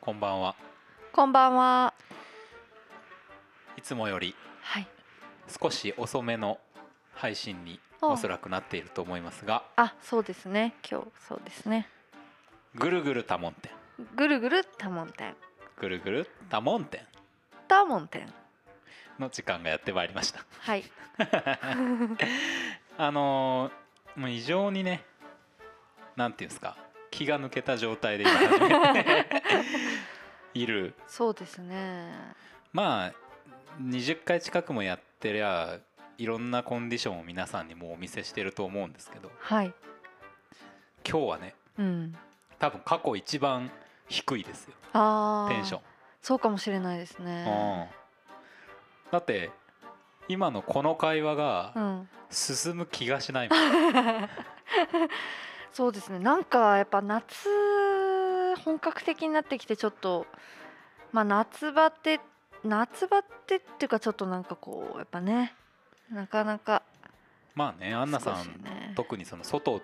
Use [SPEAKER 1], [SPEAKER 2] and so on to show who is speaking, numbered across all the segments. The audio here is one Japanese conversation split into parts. [SPEAKER 1] こんばんは
[SPEAKER 2] こんばんは。
[SPEAKER 1] いつもより
[SPEAKER 2] はい。
[SPEAKER 1] 少し遅めの配信に
[SPEAKER 2] お
[SPEAKER 1] おそらくなっていると思いますが
[SPEAKER 2] あ、そうですね。今日そうですね。
[SPEAKER 1] ぐるぐる多聞店
[SPEAKER 2] ぐるぐる多聞店、
[SPEAKER 1] ぐるぐる多聞店
[SPEAKER 2] 多聞店。
[SPEAKER 1] の時間がやってまいりました
[SPEAKER 2] はい。
[SPEAKER 1] あのーもう異常にねなんていうんですか気が抜けた状態で今始め ている
[SPEAKER 2] そうですね。
[SPEAKER 1] まあ20回近くもやってりゃいろんなコンディションを皆さんにもうお見せしてると思うんですけど
[SPEAKER 2] はい。
[SPEAKER 1] 今日はね
[SPEAKER 2] うん。
[SPEAKER 1] 多分過去一番低いですよ
[SPEAKER 2] ああ。
[SPEAKER 1] テンション。
[SPEAKER 2] そうかもしれないですね。
[SPEAKER 1] うんだって今のこの会話
[SPEAKER 2] う
[SPEAKER 1] が
[SPEAKER 2] ん。
[SPEAKER 1] 進む気がしないもん
[SPEAKER 2] そうですね。なんかやっぱ夏本格的になってきてちょっとまあ夏バテ夏バテっていうかちょっとなんかこうやっぱねなかなか
[SPEAKER 1] まあねアンナさ
[SPEAKER 2] 少
[SPEAKER 1] ん、
[SPEAKER 2] しね
[SPEAKER 1] 特にその外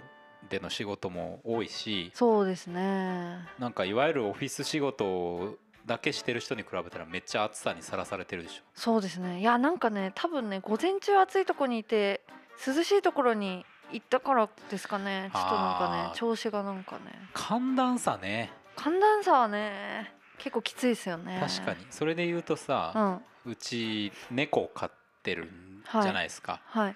[SPEAKER 1] での仕事も多いし
[SPEAKER 2] そうですね。
[SPEAKER 1] なんかいわゆるオフィス仕事だけしてる人に比べたらめっちゃ暑さにさらされてるでしょ
[SPEAKER 2] そうですねいやなんかね多分ね午前中暑いとこにいて涼しいところに行ったからですかねちょっとなんか
[SPEAKER 1] あ
[SPEAKER 2] ね
[SPEAKER 1] ー
[SPEAKER 2] 調子がなんかね
[SPEAKER 1] 寒暖差ね
[SPEAKER 2] 寒暖差はね結構きついですよね
[SPEAKER 1] 確かにそれで言うとさ、
[SPEAKER 2] うん
[SPEAKER 1] うち猫を飼ってるんじゃないですか、
[SPEAKER 2] はい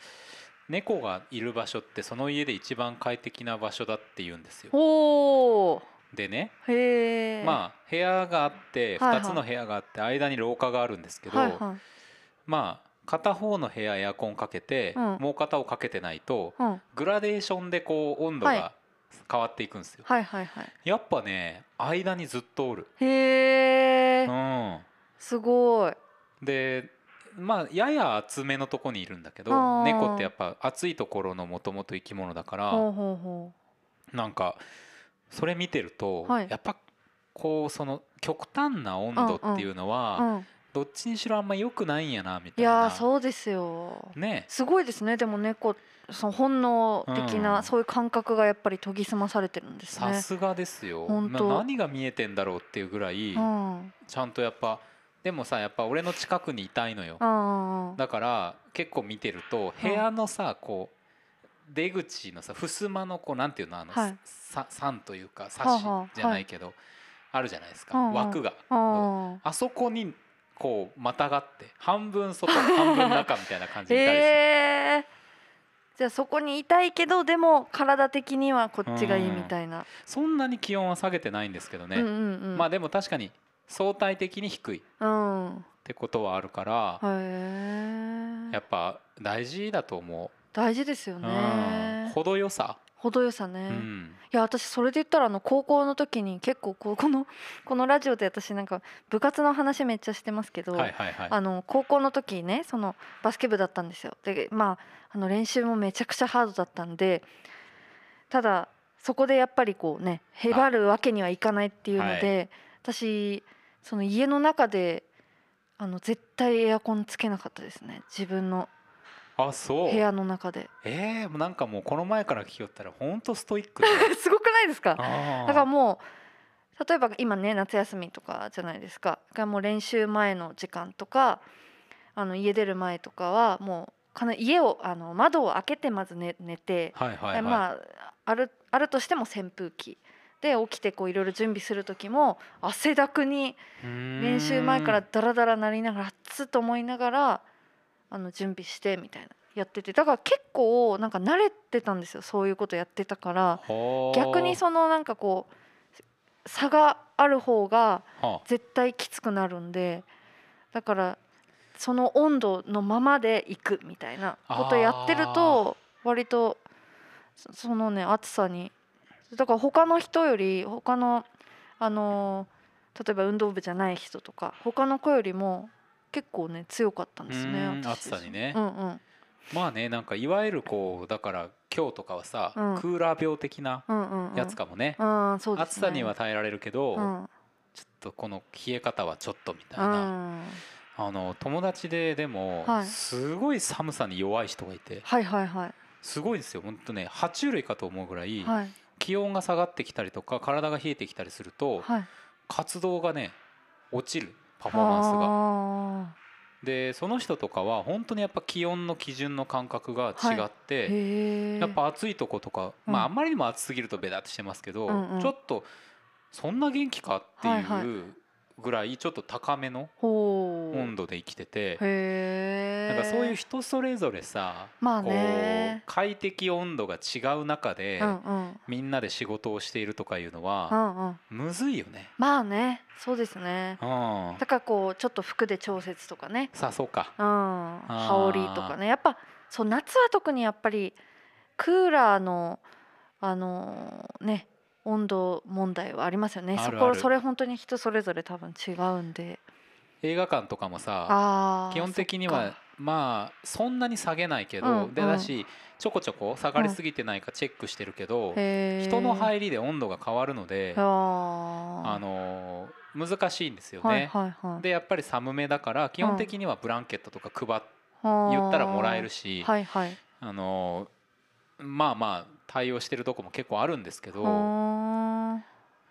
[SPEAKER 1] 猫がいる場所ってその家で一番快適な場所だって言うんですよ
[SPEAKER 2] おー
[SPEAKER 1] でね、
[SPEAKER 2] へえ
[SPEAKER 1] まあ部屋があって
[SPEAKER 2] はいはい
[SPEAKER 1] 2つの部屋があって間に廊下があるんですけど、
[SPEAKER 2] はいはい
[SPEAKER 1] まあ片方の部屋エアコンかけて、
[SPEAKER 2] うん
[SPEAKER 1] もう片をかけてないと
[SPEAKER 2] うん、
[SPEAKER 1] グラデーションでこう温度
[SPEAKER 2] はい
[SPEAKER 1] が変わっていくんですよ、
[SPEAKER 2] はいはいはい
[SPEAKER 1] やっぱね間にずっとおる、
[SPEAKER 2] へえ
[SPEAKER 1] うん、
[SPEAKER 2] すごい
[SPEAKER 1] でまあやや厚めのとこにいるんだけ
[SPEAKER 2] あ
[SPEAKER 1] ど
[SPEAKER 2] ー
[SPEAKER 1] 猫ってやっぱ暑いところのもともと生き物だから、
[SPEAKER 2] ほうほうほ
[SPEAKER 1] なんかそれ見てると、
[SPEAKER 2] はい
[SPEAKER 1] やっぱこうその極端な温度っていうのは、
[SPEAKER 2] う、うん、
[SPEAKER 1] どっちにしろあんま良くないんやなみたい
[SPEAKER 2] い
[SPEAKER 1] な
[SPEAKER 2] やーそうですよ
[SPEAKER 1] ね
[SPEAKER 2] すごいですねでも猫その本能的な、
[SPEAKER 1] うん
[SPEAKER 2] そういう感覚がやっぱり研ぎ澄まされてるんです
[SPEAKER 1] さ
[SPEAKER 2] ね。
[SPEAKER 1] すがですよ、
[SPEAKER 2] ほん
[SPEAKER 1] な
[SPEAKER 2] と
[SPEAKER 1] 何が見えてんだろうっていうぐらい、
[SPEAKER 2] うん、うん
[SPEAKER 1] ちゃんとやっぱでもさやっぱ俺の近くにいたいのよ、
[SPEAKER 2] うんうん
[SPEAKER 1] だから結構見てると部屋のさこう出口のさ襖のこうなんていうのあの、
[SPEAKER 2] はい
[SPEAKER 1] さんというか
[SPEAKER 2] は
[SPEAKER 1] サ
[SPEAKER 2] あはあ
[SPEAKER 1] じゃないけど、あるじゃないですか、
[SPEAKER 2] うんうん
[SPEAKER 1] 枠が
[SPEAKER 2] うん
[SPEAKER 1] あそこにこうまたがって半分外半分中みたいな感じにいたりする、
[SPEAKER 2] えー、じゃあそこにいたいけどでも体的にはこっちがいいみたいな。
[SPEAKER 1] そんなに気温は下げてないんですけどね、
[SPEAKER 2] うんうんうん。
[SPEAKER 1] まあでも確かに相対的に低いっ
[SPEAKER 2] うん。
[SPEAKER 1] てことはあるから、
[SPEAKER 2] へー
[SPEAKER 1] やっぱ大事だと思
[SPEAKER 2] 大事ですよ
[SPEAKER 1] う、うん、
[SPEAKER 2] ね。
[SPEAKER 1] 程よさ、
[SPEAKER 2] 程よさね。
[SPEAKER 1] うん、
[SPEAKER 2] いや私それで言ったらあの高校の時に結構こうこのこのラジオで私なんか部活の話めっちゃしてますけど。
[SPEAKER 1] はいはいはい
[SPEAKER 2] あの高校の時ねそのバスケ部だったんですよでまああの練習もめちゃくちゃハードだったんでただそこでやっぱりこうねへばるわけにはいかないっていうので、私その家の中であの絶対エアコンつけなかったですね自分の
[SPEAKER 1] あそう
[SPEAKER 2] 部屋の中で
[SPEAKER 1] えー、もうなんかもうこの前から聞きよったらほんとストイックだね
[SPEAKER 2] すごくないですか
[SPEAKER 1] あ
[SPEAKER 2] だからもう例えば今ね夏休みとかじゃないですかだからもう練習前の時間とかあの家出る前とかはもうかな家をあの窓を開けてまず寝寝て、
[SPEAKER 1] うはいはいはい、
[SPEAKER 2] でまああるあるとしても扇風機で起きてこういろいろ準備する時も汗だくに練
[SPEAKER 1] 練
[SPEAKER 2] 習前からダラダラなりながら熱っと思いながらあの準備してみたいなやっててだから結構なんか慣れてたんですよそういうことやってたから。逆にそのなんかこう差がある方が
[SPEAKER 1] は
[SPEAKER 2] 絶対きつくなるんでだからその温度のままでいくみたいなことやってると割とそそのね暑さにだから他の人より他のあのー例えば運動部じゃない人とか他の子よりも結構ね強かったんです
[SPEAKER 1] う
[SPEAKER 2] ね
[SPEAKER 1] ん
[SPEAKER 2] 私
[SPEAKER 1] 暑さにね
[SPEAKER 2] うんうん
[SPEAKER 1] まあねなんかいわゆるこうだから今日とかはさ、
[SPEAKER 2] うん
[SPEAKER 1] クーラー病的な
[SPEAKER 2] うんうんうん
[SPEAKER 1] やつかもね,、
[SPEAKER 2] うんそうです
[SPEAKER 1] 暑
[SPEAKER 2] ね
[SPEAKER 1] さには耐えられるけど、
[SPEAKER 2] うん
[SPEAKER 1] ちょっとこの冷え方はちょっとみたいうな、
[SPEAKER 2] ん
[SPEAKER 1] あの友達ででも、
[SPEAKER 2] はい
[SPEAKER 1] すごい寒さに弱い人がいて
[SPEAKER 2] はいはいはい
[SPEAKER 1] すごいんですよ本当ね爬虫類かと思うぐらい、
[SPEAKER 2] はい
[SPEAKER 1] 気温が下がってきたりとか体が冷えてきたりすると、
[SPEAKER 2] はい、
[SPEAKER 1] 活動がね落ちるパフォーマンスが。
[SPEAKER 2] あ
[SPEAKER 1] でその人とかは本当にやっぱ気温の基準の感覚が違って、
[SPEAKER 2] ーへえ
[SPEAKER 1] やっぱ暑いとことか、まあ、あ
[SPEAKER 2] うん
[SPEAKER 1] んまりにも暑すぎるとベタってしてますけど、
[SPEAKER 2] うんうん
[SPEAKER 1] ちょっとそんな元気かってい
[SPEAKER 2] はいは
[SPEAKER 1] うぐらいちょっと高めの
[SPEAKER 2] ほう
[SPEAKER 1] 温度で生きてて、
[SPEAKER 2] へ
[SPEAKER 1] な
[SPEAKER 2] え
[SPEAKER 1] んかそういう人それぞれさ、
[SPEAKER 2] まあ
[SPEAKER 1] こ
[SPEAKER 2] ね
[SPEAKER 1] う快適温度が違う中で、
[SPEAKER 2] うんうん
[SPEAKER 1] みんなで仕事をしているとかいうの
[SPEAKER 2] う
[SPEAKER 1] は、
[SPEAKER 2] んうん
[SPEAKER 1] むずいよね。
[SPEAKER 2] まあねそうですね
[SPEAKER 1] うん、
[SPEAKER 2] だからこうちょっと服で調節とかね
[SPEAKER 1] さあそうか
[SPEAKER 2] うん羽織とかねやっぱそう夏は特にやっぱりクーラーのあのーね温度問題はありますよね
[SPEAKER 1] ある
[SPEAKER 2] そ
[SPEAKER 1] あ
[SPEAKER 2] こ
[SPEAKER 1] る
[SPEAKER 2] それ本当に人それぞれ多分違うんで
[SPEAKER 1] 映画館とかもさ
[SPEAKER 2] あー
[SPEAKER 1] 基本的に
[SPEAKER 2] そっ
[SPEAKER 1] は
[SPEAKER 2] か
[SPEAKER 1] まあそんなに下げないけど、
[SPEAKER 2] うん
[SPEAKER 1] で
[SPEAKER 2] うん
[SPEAKER 1] だしちょこちょこ下がりすぎてないかチェックしてるけど、
[SPEAKER 2] へー
[SPEAKER 1] 人の入りで温度が変わるので、
[SPEAKER 2] あ
[SPEAKER 1] あの
[SPEAKER 2] の
[SPEAKER 1] ー難しいんですよね。
[SPEAKER 2] はいはいはい
[SPEAKER 1] でやっぱり寒めだから基本的にはブランケットとか配っ
[SPEAKER 2] あー
[SPEAKER 1] 言ったらもらえるし、
[SPEAKER 2] はいはい
[SPEAKER 1] あのーまあまあ対応してるとこも結構あるんですけど、
[SPEAKER 2] あー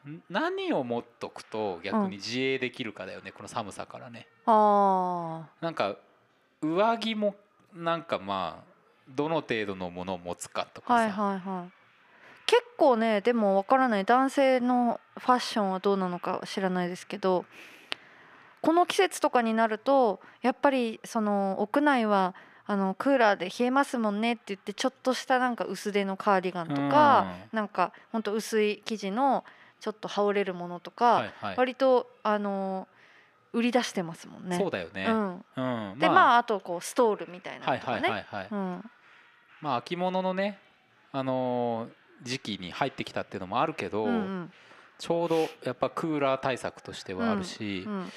[SPEAKER 1] ん何を持っとくと逆
[SPEAKER 2] うん
[SPEAKER 1] に自衛できるかだよね、この寒さからね。
[SPEAKER 2] あ
[SPEAKER 1] なんか上着もなんかまあどの程度のものを持つかと
[SPEAKER 2] ー
[SPEAKER 1] かさ、
[SPEAKER 2] はいはいはい結構ねでもわからない男性のファッションはどうなのか知らないですけどこの季節とかになるとやっぱりその屋内はあのクーラーで冷えますもんねって言ってちょっとしたなんか薄手のカーディガンとか、なんかほんと薄い生地のちょっと羽織れるものと
[SPEAKER 1] う
[SPEAKER 2] か、
[SPEAKER 1] ん、はいはい
[SPEAKER 2] 割とあの売り出してますもんね。
[SPEAKER 1] そうだよね。
[SPEAKER 2] う
[SPEAKER 1] うん
[SPEAKER 2] ん、で
[SPEAKER 1] まあ
[SPEAKER 2] まあ、あとこうストールみたいな
[SPEAKER 1] は
[SPEAKER 2] の
[SPEAKER 1] い
[SPEAKER 2] とか
[SPEAKER 1] はい
[SPEAKER 2] ね、
[SPEAKER 1] はいはい。
[SPEAKER 2] うん、
[SPEAKER 1] まあ秋物のね、あのー時期に入ってきたっていうのもあるけど、
[SPEAKER 2] うんうん
[SPEAKER 1] ちょうどやっぱクーラー対策としてはあるし、
[SPEAKER 2] うん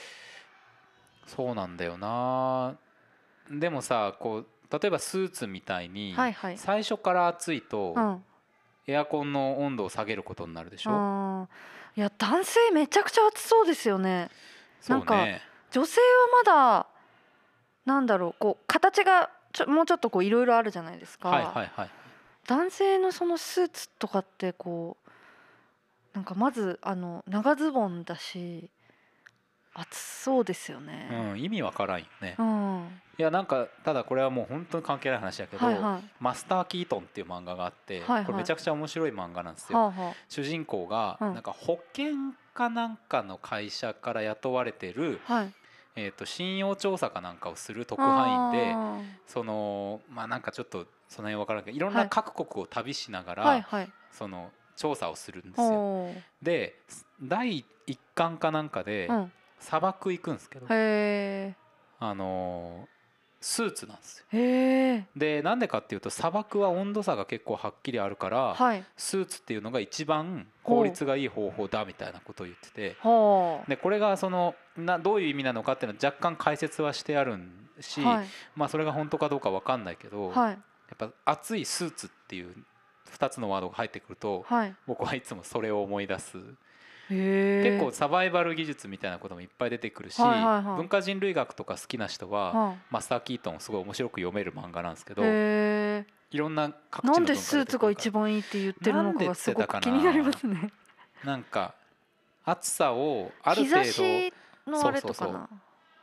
[SPEAKER 1] そうなんだよな。でもさ、こう例えばスーツみたいに、
[SPEAKER 2] はいはい。
[SPEAKER 1] 最初から暑いと、
[SPEAKER 2] うん、
[SPEAKER 1] エアコンの温度を下げることになるでしょ。
[SPEAKER 2] あーいや男性めちゃくちゃ暑そうですよね
[SPEAKER 1] そう
[SPEAKER 2] なんか
[SPEAKER 1] ね。
[SPEAKER 2] 女性はまだなんだろうこう形がちょもうちょっとこういろいろあるじゃないですか、
[SPEAKER 1] はいはいはい。
[SPEAKER 2] 男性のそのスーツとかってこうなんかまずあの長ズボンだし暑そうですよね、
[SPEAKER 1] うん、意味わからんよね、
[SPEAKER 2] う
[SPEAKER 1] い
[SPEAKER 2] ん
[SPEAKER 1] やなんかただこれはもう本当に関係ない話だけど、
[SPEAKER 2] はいはい
[SPEAKER 1] マスター・キートンっていう漫画があって、
[SPEAKER 2] はいはい
[SPEAKER 1] これめちゃくちゃ面白い漫画なんですよ、
[SPEAKER 2] はあは
[SPEAKER 1] 主人公が
[SPEAKER 2] うん
[SPEAKER 1] なんか保険かなんかの会社から雇われてる、
[SPEAKER 2] あはい
[SPEAKER 1] えー、と信用調査かなんかをする特派員で
[SPEAKER 2] 員
[SPEAKER 1] そのまあなんかちょっとその辺わからんけどいろん
[SPEAKER 2] はい
[SPEAKER 1] な各国を旅しながら、
[SPEAKER 2] はいはい
[SPEAKER 1] その調査をするんですよ。
[SPEAKER 2] おー
[SPEAKER 1] で第一巻かなんかで
[SPEAKER 2] うん
[SPEAKER 1] 砂漠行くんですけど、
[SPEAKER 2] へ
[SPEAKER 1] あのースーツなんですよ。
[SPEAKER 2] えへえ
[SPEAKER 1] でなんでかっていうと砂漠は温度差が結構はっきりあるから、
[SPEAKER 2] はい
[SPEAKER 1] スーツっていうのが一番効率がいい方法だみたいなことを言ってて
[SPEAKER 2] はあ
[SPEAKER 1] でこれがそのなどういう意味なのかっていうのは若干解説はしてあるんし、
[SPEAKER 2] はい
[SPEAKER 1] まあ、それが本当かどうかわかんないけど、や
[SPEAKER 2] はい
[SPEAKER 1] っぱ暑いスーツっていう2つのワードが入ってくると
[SPEAKER 2] はい
[SPEAKER 1] 僕はいつもそれを思い出す
[SPEAKER 2] へえ
[SPEAKER 1] 結構サバイバル技術みたいなこともいっぱい出てくるし、
[SPEAKER 2] はいはいはい
[SPEAKER 1] 文化人類学とか好きな人は、
[SPEAKER 2] は
[SPEAKER 1] マスター・キートンをすごい面白く読める漫画なんですけ
[SPEAKER 2] あ
[SPEAKER 1] ど
[SPEAKER 2] へえ
[SPEAKER 1] いろんな各地の
[SPEAKER 2] なん
[SPEAKER 1] 文化
[SPEAKER 2] でスーツが一
[SPEAKER 1] 番
[SPEAKER 2] 番いいって言ってるのかがすごく気になりますね
[SPEAKER 1] なんか暑さをある
[SPEAKER 2] 日
[SPEAKER 1] 程度
[SPEAKER 2] 差しのあれとかな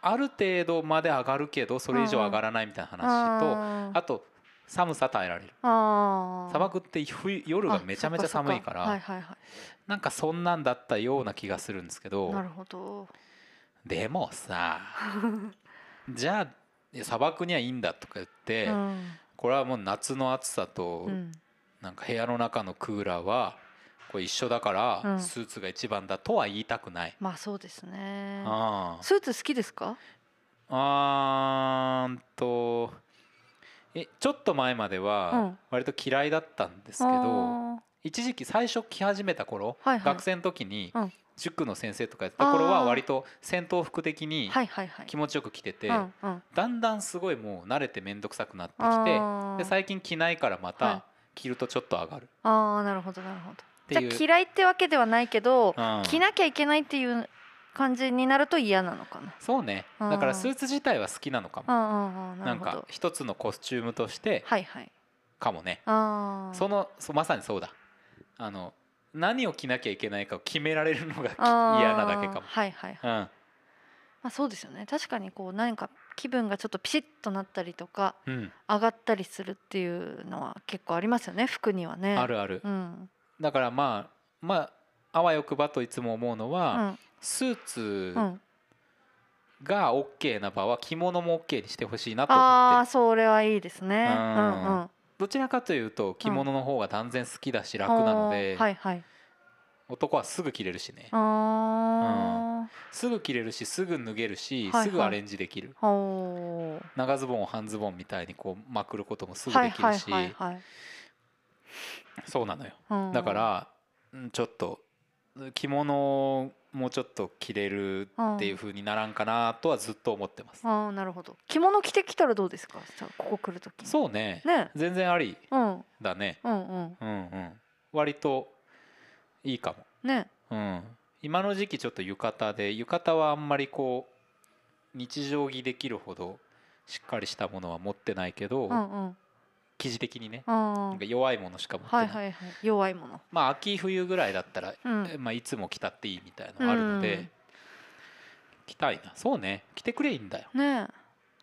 [SPEAKER 1] ある程度まで上がるけどそれ以上上がらないみたいな話と、
[SPEAKER 2] あー
[SPEAKER 1] あと寒さ耐えられる
[SPEAKER 2] あー
[SPEAKER 1] 砂漠って冬夜がめちゃめちゃ寒いから
[SPEAKER 2] あそっそっはいはいは
[SPEAKER 1] なんかそんなんだったような気がするんですけ
[SPEAKER 2] い
[SPEAKER 1] ど
[SPEAKER 2] なるほど
[SPEAKER 1] でもさじゃあいや砂漠にはいいんだとか言って、
[SPEAKER 2] うん
[SPEAKER 1] これはもう夏の暑さと
[SPEAKER 2] うん
[SPEAKER 1] なんか部屋の中のクーラーはこれ一緒だから、
[SPEAKER 2] うん
[SPEAKER 1] スーツが一番だとは言いたくない。
[SPEAKER 2] まあそうですね
[SPEAKER 1] あー
[SPEAKER 2] スーツ好きですか
[SPEAKER 1] あーんとえちょっと前まで
[SPEAKER 2] う
[SPEAKER 1] は
[SPEAKER 2] ん
[SPEAKER 1] 割と嫌いだったんです
[SPEAKER 2] あ
[SPEAKER 1] けど、
[SPEAKER 2] ー
[SPEAKER 1] 一時期最初着始めた頃、
[SPEAKER 2] はいはい
[SPEAKER 1] 学生の時に
[SPEAKER 2] うん
[SPEAKER 1] 塾の先生とかやってた頃は
[SPEAKER 2] あー
[SPEAKER 1] 割と戦闘服的に
[SPEAKER 2] はいはいはい
[SPEAKER 1] 気持ちよく着てて、
[SPEAKER 2] うんうん
[SPEAKER 1] だんだんすごいもう慣れて面倒くさくなってきて
[SPEAKER 2] あ
[SPEAKER 1] で
[SPEAKER 2] ー
[SPEAKER 1] 最近着ないからま
[SPEAKER 2] はい
[SPEAKER 1] た着るとちょっと上がる
[SPEAKER 2] あーなるほどなるほど
[SPEAKER 1] って
[SPEAKER 2] じゃ
[SPEAKER 1] いう。
[SPEAKER 2] あ嫌いってわけではないけど
[SPEAKER 1] うん
[SPEAKER 2] 着なきゃいけないっていう感じになると嫌なのかな
[SPEAKER 1] そうね
[SPEAKER 2] うん
[SPEAKER 1] だからスーツ自体は好きなのかも
[SPEAKER 2] ああな
[SPEAKER 1] な
[SPEAKER 2] る
[SPEAKER 1] ん
[SPEAKER 2] ほ
[SPEAKER 1] か
[SPEAKER 2] ど
[SPEAKER 1] 一つのコスチュームとして
[SPEAKER 2] はいはい
[SPEAKER 1] かもね
[SPEAKER 2] ああ
[SPEAKER 1] そのそまさにそうだあの何を着なきゃいけないかを決められるのがき
[SPEAKER 2] あー
[SPEAKER 1] 嫌なだけかも。
[SPEAKER 2] はいはいはい、
[SPEAKER 1] うん、うん
[SPEAKER 2] まあ、そうですよね確かにこう何か気分がちょっとピシッとなったりとか上がったりするっていうのは結構ありますよね服にはね
[SPEAKER 1] あるある、
[SPEAKER 2] うん
[SPEAKER 1] だからまあまああわよくばといつも思うの
[SPEAKER 2] う
[SPEAKER 1] は、
[SPEAKER 2] ん
[SPEAKER 1] スーツ
[SPEAKER 2] うん
[SPEAKER 1] が OK な場は着物も OK にしてほしいなと思っ
[SPEAKER 2] ああ
[SPEAKER 1] てる
[SPEAKER 2] それはいいですね
[SPEAKER 1] う
[SPEAKER 2] うんんうん
[SPEAKER 1] どちらかというと着物の方が断然好きだし楽なので、
[SPEAKER 2] あーはいはい
[SPEAKER 1] 男はすぐ着れるしね
[SPEAKER 2] あ
[SPEAKER 1] すぐ着れるしすぐ脱げるし、
[SPEAKER 2] はいはい
[SPEAKER 1] すぐアレンジできる
[SPEAKER 2] あおー
[SPEAKER 1] 長ズボンを半ズボンみたいにこうまくることもすぐ
[SPEAKER 2] はい
[SPEAKER 1] でき
[SPEAKER 2] は
[SPEAKER 1] る
[SPEAKER 2] い
[SPEAKER 1] し、
[SPEAKER 2] はいはい
[SPEAKER 1] そうなのよ
[SPEAKER 2] うん
[SPEAKER 1] だから、うんちょっと着物をもうちょっと着れるっていう風にならんかなとはずっと思ってます、
[SPEAKER 2] ああなるほど着物着てきたらどうですかさここ来るとき
[SPEAKER 1] そうね
[SPEAKER 2] ね
[SPEAKER 1] 全然あり
[SPEAKER 2] うんうん
[SPEAKER 1] だね
[SPEAKER 2] うん
[SPEAKER 1] うんうん割といいか
[SPEAKER 2] ね
[SPEAKER 1] もうん今の時期ちょっと浴衣で浴衣はあんまりこう日常着できるほどしっかりしたものは持ってないけど、
[SPEAKER 2] うんうん
[SPEAKER 1] 生地的にね
[SPEAKER 2] あ
[SPEAKER 1] なんか弱いものしか持ってな、
[SPEAKER 2] はいいはいはい弱いもの
[SPEAKER 1] まあ秋冬ぐらいだったら、
[SPEAKER 2] うん
[SPEAKER 1] まあ、いつも着たっていいみたいなのあるので、
[SPEAKER 2] うん
[SPEAKER 1] 着たいなそうね着てくれいいんだよ
[SPEAKER 2] ね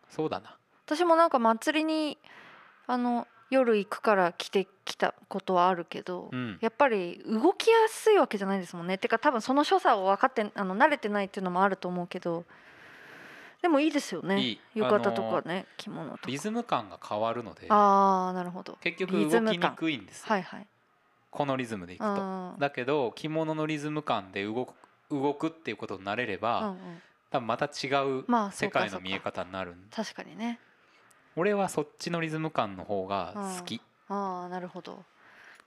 [SPEAKER 1] そうだな
[SPEAKER 2] 私もなんか祭りにあの夜行くから着てきたことはあるけど、
[SPEAKER 1] うん
[SPEAKER 2] やっぱり動きやすいわけじゃないですもんねてか多分その所作を分かってあの慣れてないっていうのもあると思うけどでもいいですよね
[SPEAKER 1] いい
[SPEAKER 2] 浴衣と
[SPEAKER 1] あ
[SPEAKER 2] か
[SPEAKER 1] の
[SPEAKER 2] ね着物とか
[SPEAKER 1] リズム感が変わるので
[SPEAKER 2] ああなるほど
[SPEAKER 1] 結局
[SPEAKER 2] リズム
[SPEAKER 1] 動
[SPEAKER 2] 感
[SPEAKER 1] きにくいんですよ
[SPEAKER 2] はいはい
[SPEAKER 1] このリズムでいくと
[SPEAKER 2] あー
[SPEAKER 1] だけど着物のリズム感で動く動くっていうことになれれば、
[SPEAKER 2] うんうん
[SPEAKER 1] 多分また違う
[SPEAKER 2] まあそ
[SPEAKER 1] 世
[SPEAKER 2] うか
[SPEAKER 1] 界
[SPEAKER 2] そ
[SPEAKER 1] の
[SPEAKER 2] うか
[SPEAKER 1] 見え方になるん
[SPEAKER 2] 確かにね
[SPEAKER 1] 俺はそっちのリズム感の方が好き、
[SPEAKER 2] ああなるほど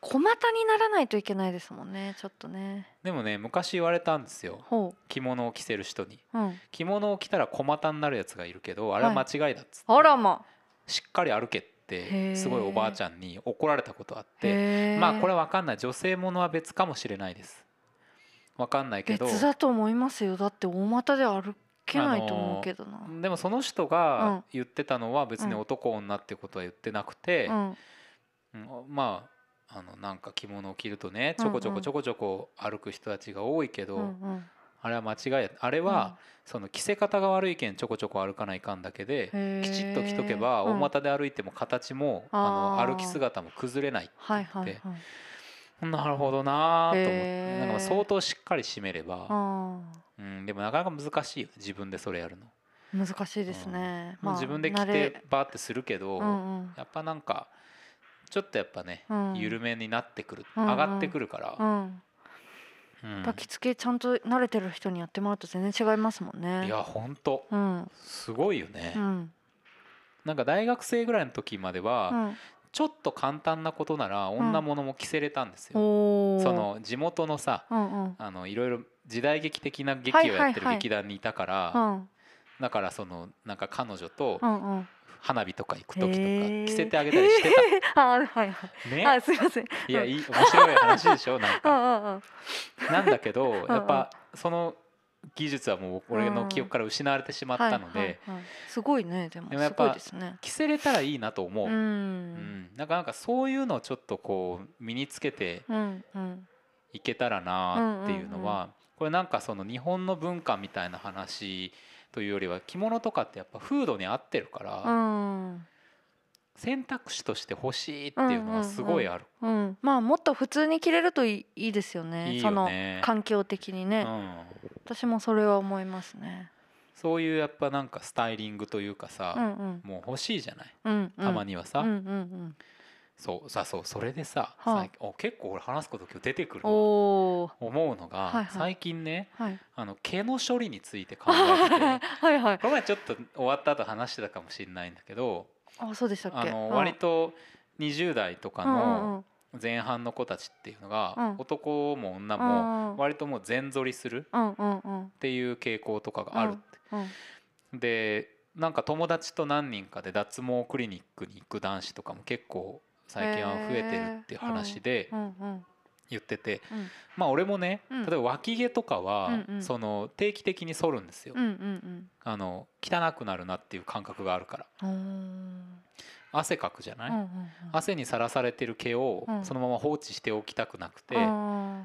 [SPEAKER 2] 小股にならないといけないですもんねちょっとね
[SPEAKER 1] でもね昔言われたんですよ
[SPEAKER 2] ほ
[SPEAKER 1] 着物を着せる人に
[SPEAKER 2] ううん
[SPEAKER 1] 着物を着たら小股になるやつがいるけどあれは間違いだっつって、
[SPEAKER 2] あらま
[SPEAKER 1] しっかり歩けって
[SPEAKER 2] へー
[SPEAKER 1] すごいおばあちゃんに怒られたことあって
[SPEAKER 2] へえ
[SPEAKER 1] まあこれわかんない女性ものは別かもしれないですわかんないけど
[SPEAKER 2] 別だと思いますよだって大股で歩けないと思うけどな、
[SPEAKER 1] でもその人
[SPEAKER 2] う
[SPEAKER 1] が
[SPEAKER 2] ん
[SPEAKER 1] 言ってたのは別に
[SPEAKER 2] うん
[SPEAKER 1] 男女ってことは言ってなくて、
[SPEAKER 2] うん
[SPEAKER 1] うんまああのなんか着物を着るとねち
[SPEAKER 2] うんう
[SPEAKER 1] ょ
[SPEAKER 2] ん
[SPEAKER 1] こちょこちょこちょこ歩く人たちが多いけど、
[SPEAKER 2] うんうん
[SPEAKER 1] あれは間違いやあれは、その着せ方が悪いけんちょこちょこ歩かないかんだけで、
[SPEAKER 2] うん
[SPEAKER 1] きちっと着とけば
[SPEAKER 2] へー
[SPEAKER 1] 大股で歩いても形も、
[SPEAKER 2] うん
[SPEAKER 1] あ
[SPEAKER 2] あー
[SPEAKER 1] の歩き姿も崩れないって
[SPEAKER 2] は
[SPEAKER 1] 言
[SPEAKER 2] い
[SPEAKER 1] っ
[SPEAKER 2] はいはい
[SPEAKER 1] て、なるほどなーと思って
[SPEAKER 2] へー
[SPEAKER 1] なんか相当しっかり締めれば、
[SPEAKER 2] あ
[SPEAKER 1] うん、でもなかなか難しいよね自分でそれやるの。
[SPEAKER 2] ー難しいですね、まあ、
[SPEAKER 1] 自分で着
[SPEAKER 2] 慣れ
[SPEAKER 1] てバーってするけど、
[SPEAKER 2] うんうん
[SPEAKER 1] やっぱなんかちょっとやっぱね、
[SPEAKER 2] うん
[SPEAKER 1] 緩めになってくる、
[SPEAKER 2] うんうん
[SPEAKER 1] 上がってくるから、
[SPEAKER 2] うん、
[SPEAKER 1] うん
[SPEAKER 2] やっぱ着付けちゃんと慣れてる人にやってもらうと全然違いますもんね
[SPEAKER 1] いやほんと
[SPEAKER 2] うん
[SPEAKER 1] すごいよね、
[SPEAKER 2] うん
[SPEAKER 1] なんか大学生ぐらいの時までは、
[SPEAKER 2] うん
[SPEAKER 1] ちょっと簡単なことなら女物も着せれたんですよ、
[SPEAKER 2] おお
[SPEAKER 1] その地元のさ
[SPEAKER 2] うんうん
[SPEAKER 1] あのいろいろ時代劇的な劇を
[SPEAKER 2] はいはいはい
[SPEAKER 1] やってる劇団にいたから、
[SPEAKER 2] うん
[SPEAKER 1] だからそのなんか彼女と
[SPEAKER 2] うんうん
[SPEAKER 1] 花火とか行く時とか
[SPEAKER 2] へー
[SPEAKER 1] 着せてあげたりして
[SPEAKER 2] あーはいはい。
[SPEAKER 1] た、ね
[SPEAKER 2] あすいません。
[SPEAKER 1] いやいい面白い話でしょなん
[SPEAKER 2] うん
[SPEAKER 1] か
[SPEAKER 2] うんうん。
[SPEAKER 1] なんだけどや
[SPEAKER 2] ん
[SPEAKER 1] っぱその技術はもう俺の記憶から失われてしまったの
[SPEAKER 2] はい
[SPEAKER 1] で
[SPEAKER 2] はいはいすごいねでも
[SPEAKER 1] でもやっ
[SPEAKER 2] す
[SPEAKER 1] ぱ
[SPEAKER 2] ごいですね。
[SPEAKER 1] 着せれたらいいなと思
[SPEAKER 2] う
[SPEAKER 1] う、うんん、なんかなんかそういうのをちょっとこう身につけて
[SPEAKER 2] うんうん
[SPEAKER 1] いけたらなっていうのはこれなんかその日本の文化みたいな話というよりは着物とかってやっぱ風土に合ってるから、
[SPEAKER 2] うん
[SPEAKER 1] 選択肢として欲しいっていうのはすごいある、
[SPEAKER 2] うん。まあもっと普通に着れるといいいいですよね。
[SPEAKER 1] いい
[SPEAKER 2] そ
[SPEAKER 1] よ
[SPEAKER 2] の
[SPEAKER 1] ね
[SPEAKER 2] 環境的にね、
[SPEAKER 1] うん
[SPEAKER 2] 私もそれは思いますね。
[SPEAKER 1] そういうやっぱなんかスタイリングというか
[SPEAKER 2] う
[SPEAKER 1] さ、
[SPEAKER 2] んうん
[SPEAKER 1] もう欲しいじゃない
[SPEAKER 2] うんうん。
[SPEAKER 1] たま
[SPEAKER 2] に
[SPEAKER 1] にはさ、
[SPEAKER 2] うんうん
[SPEAKER 1] そうさそうそれでさ、
[SPEAKER 2] はあ
[SPEAKER 1] 最近お結構俺話すこと今日出てくる
[SPEAKER 2] うん。お
[SPEAKER 1] わ
[SPEAKER 2] お。
[SPEAKER 1] 思うのが、
[SPEAKER 2] はいはい
[SPEAKER 1] 最近ね
[SPEAKER 2] はい。
[SPEAKER 1] あの毛の処理について考えてて
[SPEAKER 2] はいは い。
[SPEAKER 1] この前ちょっと終わった後話してたかもしれないんだけど
[SPEAKER 2] あそうでしたっ
[SPEAKER 1] あ
[SPEAKER 2] け。
[SPEAKER 1] の割と20代とか
[SPEAKER 2] うんうんう
[SPEAKER 1] の
[SPEAKER 2] ん
[SPEAKER 1] 前半の子たちっていうの
[SPEAKER 2] う
[SPEAKER 1] が
[SPEAKER 2] ん
[SPEAKER 1] 男も女
[SPEAKER 2] うん
[SPEAKER 1] も
[SPEAKER 2] うん
[SPEAKER 1] 割ともう全剃りする
[SPEAKER 2] うんうんうん
[SPEAKER 1] っていう傾向とかがあるって
[SPEAKER 2] うん
[SPEAKER 1] でなんか友達と何人かで脱毛クリニックに行く男子とかも結構最近は増えてるっていう話で
[SPEAKER 2] うんうん
[SPEAKER 1] 言ってて
[SPEAKER 2] うん
[SPEAKER 1] まあ俺もね
[SPEAKER 2] うん
[SPEAKER 1] 例えば脇毛とかは
[SPEAKER 2] うんうん
[SPEAKER 1] その定期的に剃るんですよ
[SPEAKER 2] うんうん
[SPEAKER 1] あの汚くなるなっていう感覚があるから
[SPEAKER 2] うん。おー
[SPEAKER 1] 汗かくじゃない、
[SPEAKER 2] うんうんうん
[SPEAKER 1] 汗にさらされてる毛を
[SPEAKER 2] うん
[SPEAKER 1] そのまま放置しておきたくなくて、
[SPEAKER 2] あ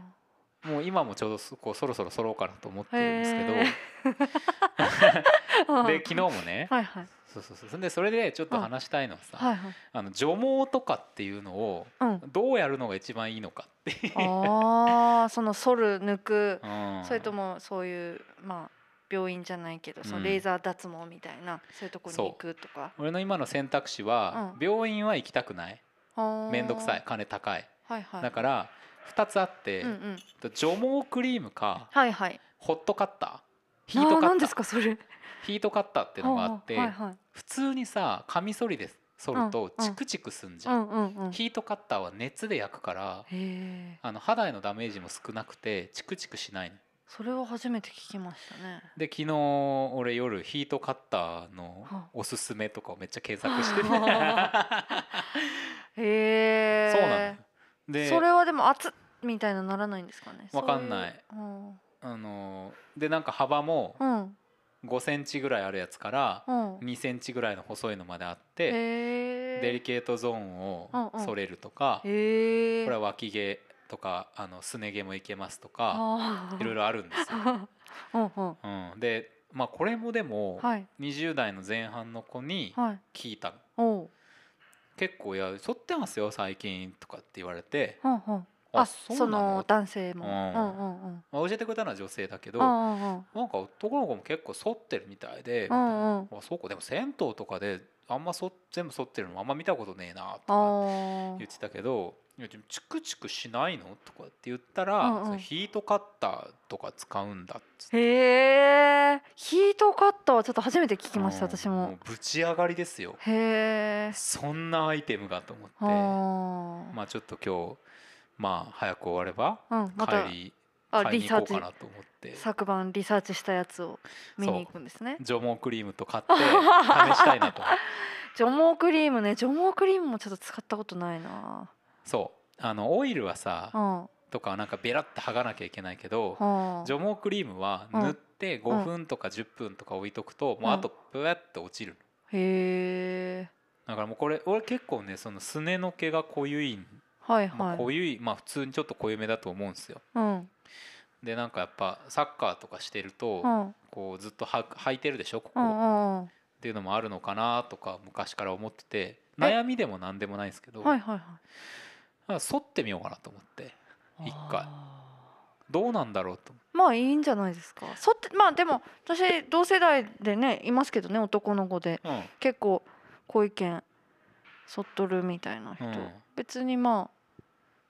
[SPEAKER 1] もう今もちょうどそこうそろそろ剃ろうかなと思ってるんですけど、
[SPEAKER 2] へー
[SPEAKER 1] で昨日もね、
[SPEAKER 2] はいはい
[SPEAKER 1] そうそうそうそんでそれでちょっと話したいのはさ、
[SPEAKER 2] はいはい
[SPEAKER 1] あの除毛とかっていうのを
[SPEAKER 2] うん
[SPEAKER 1] どうやるのが一番いいのかっていう、
[SPEAKER 2] ああその剃る抜く
[SPEAKER 1] うん
[SPEAKER 2] それともそういうまあ病院じゃないけどそうの
[SPEAKER 1] ん
[SPEAKER 2] レーザー脱毛みたいなそういうとこに
[SPEAKER 1] そう
[SPEAKER 2] 行くとか
[SPEAKER 1] 俺の今の選択肢は、
[SPEAKER 2] う
[SPEAKER 1] 病院は行きたくない
[SPEAKER 2] め
[SPEAKER 1] 面倒くさい金高い、
[SPEAKER 2] はいはい
[SPEAKER 1] だから2つあって、
[SPEAKER 2] うんうん
[SPEAKER 1] 除毛クリームか
[SPEAKER 2] はいはい
[SPEAKER 1] ホットカッターヒ
[SPEAKER 2] あ
[SPEAKER 1] ート
[SPEAKER 2] ー
[SPEAKER 1] カ
[SPEAKER 2] なん
[SPEAKER 1] ッタ
[SPEAKER 2] です
[SPEAKER 1] ー
[SPEAKER 2] かそれっ
[SPEAKER 1] ヒートカッターっていうのがあって、
[SPEAKER 2] はいはい
[SPEAKER 1] 普通にさカミソリで剃ると
[SPEAKER 2] うんうん
[SPEAKER 1] チクチクすんじ
[SPEAKER 2] う
[SPEAKER 1] ゃん、
[SPEAKER 2] んうんうんへ
[SPEAKER 1] ヒートカッターは熱で焼くから
[SPEAKER 2] え
[SPEAKER 1] あの肌へのダメージも少なくてチクチクしないの
[SPEAKER 2] それは初めて聞きましたね
[SPEAKER 1] で昨日俺夜ヒートカッターの
[SPEAKER 2] は
[SPEAKER 1] おすすめとかをめっちゃ検索 しててそうな
[SPEAKER 2] へえ
[SPEAKER 1] のよで
[SPEAKER 2] それはでも熱っみたいなならないんですかね
[SPEAKER 1] わかんない
[SPEAKER 2] そういう
[SPEAKER 1] あのでなんか幅も
[SPEAKER 2] うんうん
[SPEAKER 1] 5センチぐらいあるやつから
[SPEAKER 2] うん
[SPEAKER 1] 2センチぐらいの細いのまであっ
[SPEAKER 2] へ
[SPEAKER 1] て
[SPEAKER 2] え
[SPEAKER 1] デリケートゾーンを
[SPEAKER 2] うんうん
[SPEAKER 1] それるとかこ
[SPEAKER 2] へえ
[SPEAKER 1] れは脇毛とかあのすね毛もいけますとか
[SPEAKER 2] あー
[SPEAKER 1] いろいろあるんですよ。
[SPEAKER 2] うんうん
[SPEAKER 1] うん、でまあこれもでも
[SPEAKER 2] はい
[SPEAKER 1] 20代の前半の子に
[SPEAKER 2] はい
[SPEAKER 1] 聞いたの
[SPEAKER 2] おう
[SPEAKER 1] 結構「いや剃ってますよ最近」とかって言われて
[SPEAKER 2] うんうん
[SPEAKER 1] 「
[SPEAKER 2] あその
[SPEAKER 1] ま
[SPEAKER 2] 男性も
[SPEAKER 1] う
[SPEAKER 2] うんんうんうん
[SPEAKER 1] あ教えてくれたのは女性だけど
[SPEAKER 2] う
[SPEAKER 1] なん
[SPEAKER 2] うん
[SPEAKER 1] んか男の子も結構剃ってるみたいでみ
[SPEAKER 2] う
[SPEAKER 1] たいなん
[SPEAKER 2] うん
[SPEAKER 1] あそうかでも銭湯とかであんまそ全部剃ってるのあんま見たことねえなと
[SPEAKER 2] あ
[SPEAKER 1] か
[SPEAKER 2] ー
[SPEAKER 1] 言ってたけど「いやでもチクチクしないの?」とかって言った
[SPEAKER 2] うんう
[SPEAKER 1] ら
[SPEAKER 2] ん
[SPEAKER 1] その「ヒートカッターとか使うんだ」っつって
[SPEAKER 2] へえヒートカッターはちょっと初めて聞きました
[SPEAKER 1] うん
[SPEAKER 2] 私も
[SPEAKER 1] うぶち上がりですよ
[SPEAKER 2] へえ
[SPEAKER 1] そんなアイテムがと思って
[SPEAKER 2] ま
[SPEAKER 1] まあちょっと今日まあ早く終われば
[SPEAKER 2] うんまた
[SPEAKER 1] 帰り
[SPEAKER 2] あ
[SPEAKER 1] 買い
[SPEAKER 2] リ
[SPEAKER 1] に
[SPEAKER 2] サ
[SPEAKER 1] 行こ
[SPEAKER 2] ー
[SPEAKER 1] うかな
[SPEAKER 2] チ
[SPEAKER 1] と思って
[SPEAKER 2] 昨晩リサーチしたやつを見に行くんですね
[SPEAKER 1] 除毛クリームと買って試したいなと
[SPEAKER 2] 除毛クリームね除毛クリームもちょっと使ったことないな
[SPEAKER 1] そうあのオイルはさ
[SPEAKER 2] うんうん
[SPEAKER 1] とかはなんかベラって剥がなきゃいけないけど除毛クリームは
[SPEAKER 2] うん
[SPEAKER 1] 塗って5分とか10分とか置いとくともうあとブワッと落ちる
[SPEAKER 2] へえ
[SPEAKER 1] だからもうこれ俺結構ねそのすねの毛が濃ゆいん、
[SPEAKER 2] はい
[SPEAKER 1] ま
[SPEAKER 2] は
[SPEAKER 1] あ、
[SPEAKER 2] い
[SPEAKER 1] 濃ゆいまあ普通にちょっと濃ゆめだと思うんですよ
[SPEAKER 2] うん
[SPEAKER 1] でなんかやっぱサッカーとかしてると
[SPEAKER 2] うん
[SPEAKER 1] こうずっとは履いてるでしょこ
[SPEAKER 2] う
[SPEAKER 1] こっ
[SPEAKER 2] んうん
[SPEAKER 1] ていうのもあるのかなとか昔から思ってて悩みでも何でもないんですけど
[SPEAKER 2] はいはいはい
[SPEAKER 1] なんか剃ってみようかなと思って一回
[SPEAKER 2] あ
[SPEAKER 1] どうなんだろうと思って
[SPEAKER 2] ーまあいいんじゃないですかそってまあでも私同世代でねいますけどね男の子で
[SPEAKER 1] うん
[SPEAKER 2] 結構小意見そっとるみたいな人、
[SPEAKER 1] うん
[SPEAKER 2] 別にまあ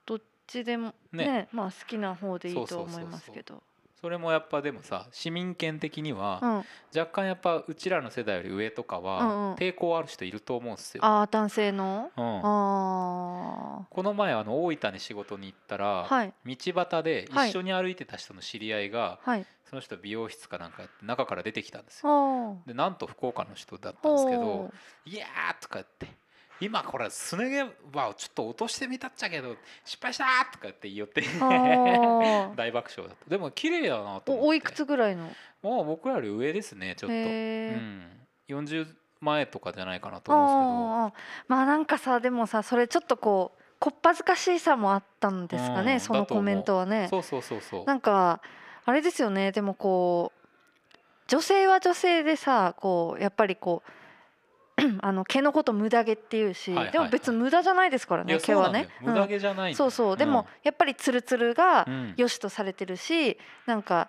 [SPEAKER 2] どっちでも
[SPEAKER 1] ね
[SPEAKER 2] ねまあ好きな方でい
[SPEAKER 1] そ
[SPEAKER 2] いう
[SPEAKER 1] そうそう
[SPEAKER 2] と
[SPEAKER 1] そう
[SPEAKER 2] 思いますけど
[SPEAKER 1] それもやっぱでもさ市民権的に
[SPEAKER 2] う
[SPEAKER 1] は
[SPEAKER 2] んあ
[SPEAKER 1] 若干やっぱうちらの世代より上とか
[SPEAKER 2] うんう
[SPEAKER 1] は
[SPEAKER 2] ん
[SPEAKER 1] 抵抗ある人いると思うんですよ。
[SPEAKER 2] あー男性の
[SPEAKER 1] うん
[SPEAKER 2] あ
[SPEAKER 1] この前あの大分に仕事に行った
[SPEAKER 2] あ
[SPEAKER 1] ら
[SPEAKER 2] はい
[SPEAKER 1] 道端で
[SPEAKER 2] はい
[SPEAKER 1] 一緒に歩いてた人の知り合いが
[SPEAKER 2] はい
[SPEAKER 1] その人美容室かなんかやって中から出てきたんです
[SPEAKER 2] あ
[SPEAKER 1] よ。
[SPEAKER 2] ー
[SPEAKER 1] でなんと福岡の人だったんですけど
[SPEAKER 2] ほ
[SPEAKER 1] 「いやー」とか言って「今これすね毛はちょっと落としてみたっちゃけど失敗した!」とか言って言って
[SPEAKER 2] うあ ー
[SPEAKER 1] 大爆笑だったでも綺麗だなと思って
[SPEAKER 2] おおいくつぐらいの
[SPEAKER 1] まあ僕らより上ですねちょっと、
[SPEAKER 2] へー
[SPEAKER 1] うん、40前とかじゃないかなと思うんで
[SPEAKER 2] ああまあなんかさでもさそれちょっとこうこっぱずかしさもあったんですかね、
[SPEAKER 1] うん
[SPEAKER 2] そのコメントはね
[SPEAKER 1] すけ。どそうそうそうそう
[SPEAKER 2] なんかあれですよねでもこう女性は女性でさこうやっ ぱりこうあの毛のこと無駄毛っていうし、
[SPEAKER 1] はいはいはい
[SPEAKER 2] でも別に無駄じゃないですから
[SPEAKER 1] い
[SPEAKER 2] ね
[SPEAKER 1] や
[SPEAKER 2] 毛
[SPEAKER 1] そうな
[SPEAKER 2] は
[SPEAKER 1] んだ
[SPEAKER 2] ね
[SPEAKER 1] よ。無駄毛じゃないの、
[SPEAKER 2] うんそうそうでも、やっぱりツルツルが
[SPEAKER 1] うんうん
[SPEAKER 2] 良しとされてるしなんか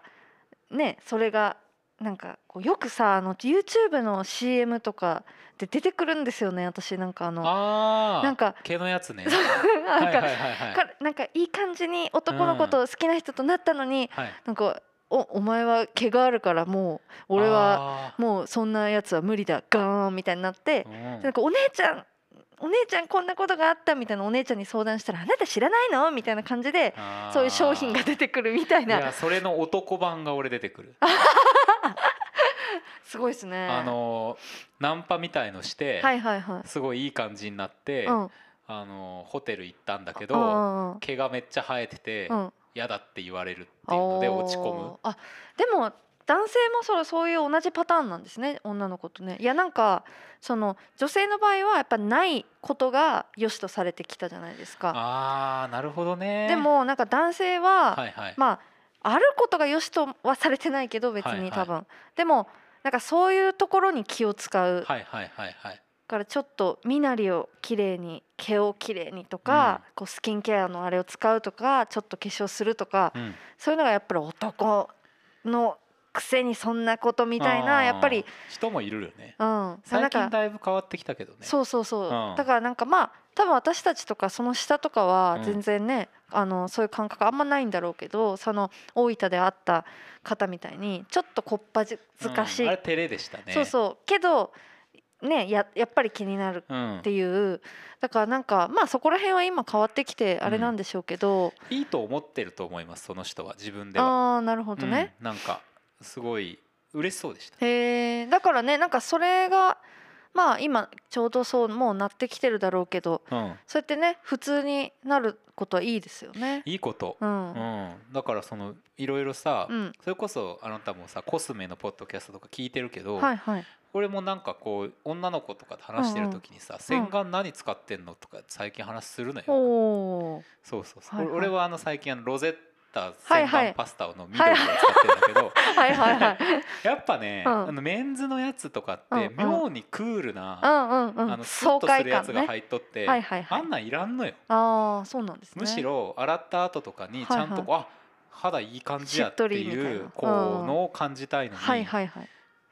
[SPEAKER 2] ねそれがなんかこうよくさあの YouTube の CM とかで出てくるんですよね私なんかあの
[SPEAKER 1] ああ
[SPEAKER 2] なんか
[SPEAKER 1] 毛のやつね
[SPEAKER 2] なんか,、
[SPEAKER 1] はいはいはいはい
[SPEAKER 2] かなんかいい感じに男の子と好きな人となったのに、
[SPEAKER 1] はい
[SPEAKER 2] なんかおお前は毛があるからもう俺は
[SPEAKER 1] は
[SPEAKER 2] もうそんなやつは無理だガーンみたいになって、でなんかお姉ちゃんお姉ちゃんこんなことがあったみたいなお姉ちゃんに相談したらあなた知らないのみたいな感じでそういう商品が出
[SPEAKER 1] て
[SPEAKER 2] てくるみたい
[SPEAKER 1] い
[SPEAKER 2] な
[SPEAKER 1] やそれの男版が俺出てくる
[SPEAKER 2] すごいですね。
[SPEAKER 1] あのナンパみたいのして、
[SPEAKER 2] はいはいはい。
[SPEAKER 1] すごいいい感じになって、
[SPEAKER 2] うん、
[SPEAKER 1] あのホテル行ったんだけ
[SPEAKER 2] うんう
[SPEAKER 1] ど
[SPEAKER 2] んうん
[SPEAKER 1] 毛がめっちゃ生えてて、
[SPEAKER 2] うん、
[SPEAKER 1] 嫌だって言われるっていうので落ち込む
[SPEAKER 2] あーあでも男性もそれそういう同じパターンなんですね女の子とねいやなんかその女性の場合はやっぱないことが良しとされてきたじゃないですか
[SPEAKER 1] あーなるほどね
[SPEAKER 2] でもなんか男性は、
[SPEAKER 1] はいはい、
[SPEAKER 2] まああることが良しとはされてないけど別
[SPEAKER 1] はいは
[SPEAKER 2] に
[SPEAKER 1] い
[SPEAKER 2] 多分、でもなんかそういうところに気を使う
[SPEAKER 1] はいはいはいはい
[SPEAKER 2] からちょっと身なりをきれいに毛をきれいにとか、こうスキンケアのあれを使うとかちょっと化粧するとか、
[SPEAKER 1] うん
[SPEAKER 2] そういうのがやっぱり男のくせにそんなことみたい
[SPEAKER 1] あ
[SPEAKER 2] な
[SPEAKER 1] ー
[SPEAKER 2] やっぱり、
[SPEAKER 1] 人もいるよね
[SPEAKER 2] うん、な
[SPEAKER 1] 最
[SPEAKER 2] んか
[SPEAKER 1] 近だいぶ変わってきたけどね
[SPEAKER 2] そうそうそう、
[SPEAKER 1] うん
[SPEAKER 2] だからなんかまあ多分私たちとかその下とかは
[SPEAKER 1] うん
[SPEAKER 2] 全然ね、あのそういう感覚あんまないんだろうけどその大分で会った方みたいにちょっとこっぱずかしい、
[SPEAKER 1] うんあれ照れでしたね
[SPEAKER 2] そうそうけどねややっぱり気になる
[SPEAKER 1] う、ん
[SPEAKER 2] っ、ていうだからなんかまあそこら辺は今変わってきてあれなんでしょうけど、
[SPEAKER 1] いいと思ってると思いますその人は自分では
[SPEAKER 2] ああーなるほどね、
[SPEAKER 1] うんなんかすごい嬉しそうでした
[SPEAKER 2] へえだからねなんかそれがまあ今ちょうどそうもうなってきてるだろうけど
[SPEAKER 1] うん、
[SPEAKER 2] そうやってね普通になることはいいですよね。
[SPEAKER 1] いいこと、
[SPEAKER 2] う
[SPEAKER 1] うんんだからそのいろいろさ、
[SPEAKER 2] うん
[SPEAKER 1] それこそあなたもさコスメのポッドキャストとか聞いてるけど、
[SPEAKER 2] はいはい、
[SPEAKER 1] 俺もなんかこう女の子とかと話してる時にさ、洗顔何使ってんのとか最近話するのよ、
[SPEAKER 2] おお
[SPEAKER 1] そうそうそう、
[SPEAKER 2] はいはい
[SPEAKER 1] 俺はあの最近あのロゼッタ
[SPEAKER 2] はい
[SPEAKER 1] 洗
[SPEAKER 2] はい
[SPEAKER 1] 顔パスタの緑を使ってるんだけど、
[SPEAKER 2] ーはいはいはい
[SPEAKER 1] やっぱね、
[SPEAKER 2] うん
[SPEAKER 1] あのメンズのやつとかって
[SPEAKER 2] うんうん
[SPEAKER 1] 妙にクールな、
[SPEAKER 2] うんうん
[SPEAKER 1] あ
[SPEAKER 2] うん
[SPEAKER 1] のスッ
[SPEAKER 2] 爽
[SPEAKER 1] とす
[SPEAKER 2] 快
[SPEAKER 1] るや
[SPEAKER 2] 感
[SPEAKER 1] つが
[SPEAKER 2] ね
[SPEAKER 1] 入っとって、
[SPEAKER 2] はいはいは
[SPEAKER 1] あ
[SPEAKER 2] い
[SPEAKER 1] んなんいらんのよ
[SPEAKER 2] ああそうなんですね
[SPEAKER 1] むしろ洗った後とかにちゃんとこう、あ肌いい感じやって
[SPEAKER 2] しっとりみたい
[SPEAKER 1] い
[SPEAKER 2] な
[SPEAKER 1] うこうのを感じたいのに、
[SPEAKER 2] はいはいはい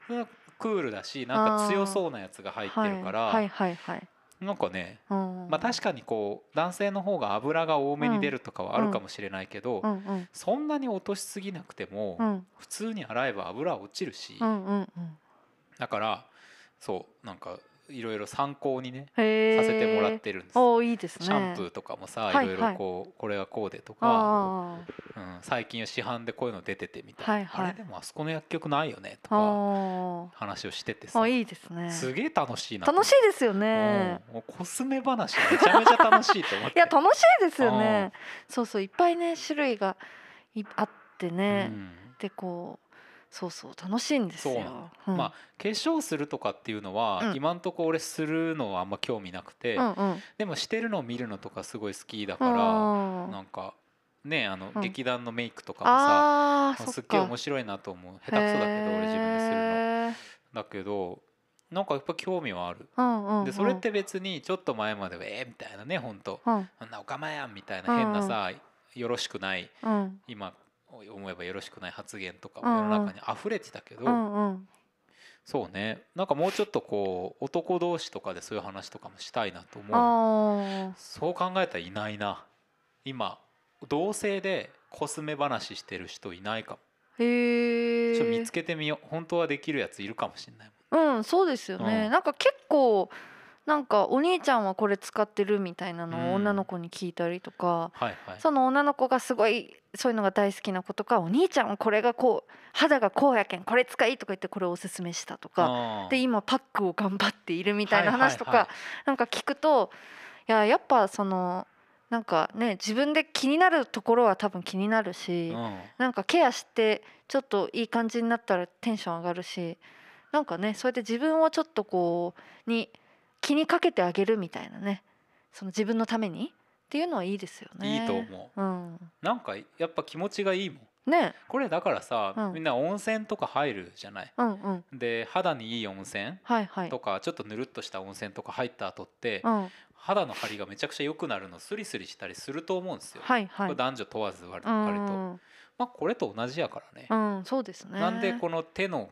[SPEAKER 1] それはクールだしなん
[SPEAKER 2] あー
[SPEAKER 1] か強そうなやつが入ってるから、
[SPEAKER 2] はいはいはいはい、
[SPEAKER 1] なんかね
[SPEAKER 2] うん、
[SPEAKER 1] まあ確かにこう男性の方が油が多めに出るとかはあるかもしれないけど、
[SPEAKER 2] うんうん
[SPEAKER 1] そんなに落としすぎなくても、
[SPEAKER 2] うん
[SPEAKER 1] 普通に洗えば油は落ちるし、
[SPEAKER 2] うんうんうん
[SPEAKER 1] だからそうなんかいろいろ参考にね
[SPEAKER 2] へえ
[SPEAKER 1] させてもらってるんです、
[SPEAKER 2] おおいいですね
[SPEAKER 1] シャンプーとかもさ
[SPEAKER 2] はいいはい
[SPEAKER 1] ろいろこう、これはこうでとか、
[SPEAKER 2] あー
[SPEAKER 1] うん、最近は市販でこういうの出ててみたいな、
[SPEAKER 2] はいはい
[SPEAKER 1] あれでもあそこの薬局ないよねとか
[SPEAKER 2] あ
[SPEAKER 1] 話をしてて
[SPEAKER 2] ー
[SPEAKER 1] さ
[SPEAKER 2] あいいですね
[SPEAKER 1] すげえ楽しいなと思っ
[SPEAKER 2] 楽
[SPEAKER 1] て
[SPEAKER 2] しいですよね、
[SPEAKER 1] うんもうコスメ話めちゃめちゃ楽しいと思って
[SPEAKER 2] いや楽しいですよねそうそういっぱいね種類がいあってね、
[SPEAKER 1] うん
[SPEAKER 2] でこうそうそう楽しいんですよ
[SPEAKER 1] そうなの
[SPEAKER 2] うん
[SPEAKER 1] まあ化粧するとかっていうのは、
[SPEAKER 2] うん
[SPEAKER 1] 今んとこ俺するのはあんま興味なくて、
[SPEAKER 2] うんうん
[SPEAKER 1] でもしてるのを見るのとかすごい好きだから、
[SPEAKER 2] あ
[SPEAKER 1] なんかねあの
[SPEAKER 2] うん
[SPEAKER 1] 劇団のメイクとかもさ、
[SPEAKER 2] あ
[SPEAKER 1] もう
[SPEAKER 2] ー
[SPEAKER 1] す
[SPEAKER 2] そ
[SPEAKER 1] っ
[SPEAKER 2] っ
[SPEAKER 1] げえ
[SPEAKER 2] か
[SPEAKER 1] 面白いなと思う下手くそだけど俺自分でするの
[SPEAKER 2] へー
[SPEAKER 1] だけどなんかやっぱ興味はある
[SPEAKER 2] うんうんうん
[SPEAKER 1] でそれって別にちょっと前まではえーみたいなねほんと
[SPEAKER 2] うん
[SPEAKER 1] そんなおかまやんみたいな変なさよろしくない
[SPEAKER 2] うん
[SPEAKER 1] 今思えばよろしくない発言とかも世の中に溢れてたけど
[SPEAKER 2] うんうん
[SPEAKER 1] そうねなんかもうちょっとこう男同士とかでそういう話とかもしたいなと思う
[SPEAKER 2] あ
[SPEAKER 1] そう考えたらいないな今同性でコスメ話してる人いないかも
[SPEAKER 2] ーへえ
[SPEAKER 1] ちょっと見つけてみよう本当はできるやついるかもしれない
[SPEAKER 2] うんそうですよね、
[SPEAKER 1] うん
[SPEAKER 2] なんか結構なんかお兄ちゃんはこれ使ってるみたいなのを女の子に聞いたりとか、
[SPEAKER 1] はいはい
[SPEAKER 2] その女の子がすごいそういうのが大好きな子とかお兄ちゃんはこれがこう肌がこうやけんこれ使いとか言ってこれをおすすめしたとか
[SPEAKER 1] あー
[SPEAKER 2] で今パックを頑張っているみたいな話と
[SPEAKER 1] はいは
[SPEAKER 2] か
[SPEAKER 1] い
[SPEAKER 2] なんか聞くといややっぱそのなんかね自分で気になるところは多分気になるし、
[SPEAKER 1] はいうん
[SPEAKER 2] なんかケアしてちょっといい感じになったらテンション上がるしなんかねそうやって自分をちょっとこうに気にかけてあげるみたいなねその自分のためにっていうのはいいですよね。
[SPEAKER 1] いいと思
[SPEAKER 2] うん、
[SPEAKER 1] うなんかやっぱ気持ちがいいもん
[SPEAKER 2] ね
[SPEAKER 1] これだからさ、
[SPEAKER 2] うん
[SPEAKER 1] みんな温泉とか入るじゃない
[SPEAKER 2] うんうん
[SPEAKER 1] で肌にいい温泉
[SPEAKER 2] はいはい。
[SPEAKER 1] とかちょっとぬるっとした温泉とか入った後って、
[SPEAKER 2] うん、
[SPEAKER 1] 肌の張りがめちゃくちゃ良くなるのスリスリしたりすると思うんですよ、
[SPEAKER 2] はいは
[SPEAKER 1] こ
[SPEAKER 2] い
[SPEAKER 1] れ。男女問わず割と、
[SPEAKER 2] う
[SPEAKER 1] 割と
[SPEAKER 2] ん、
[SPEAKER 1] まあこれと同じやからね、
[SPEAKER 2] うん、そうですね。
[SPEAKER 1] なんでこの手の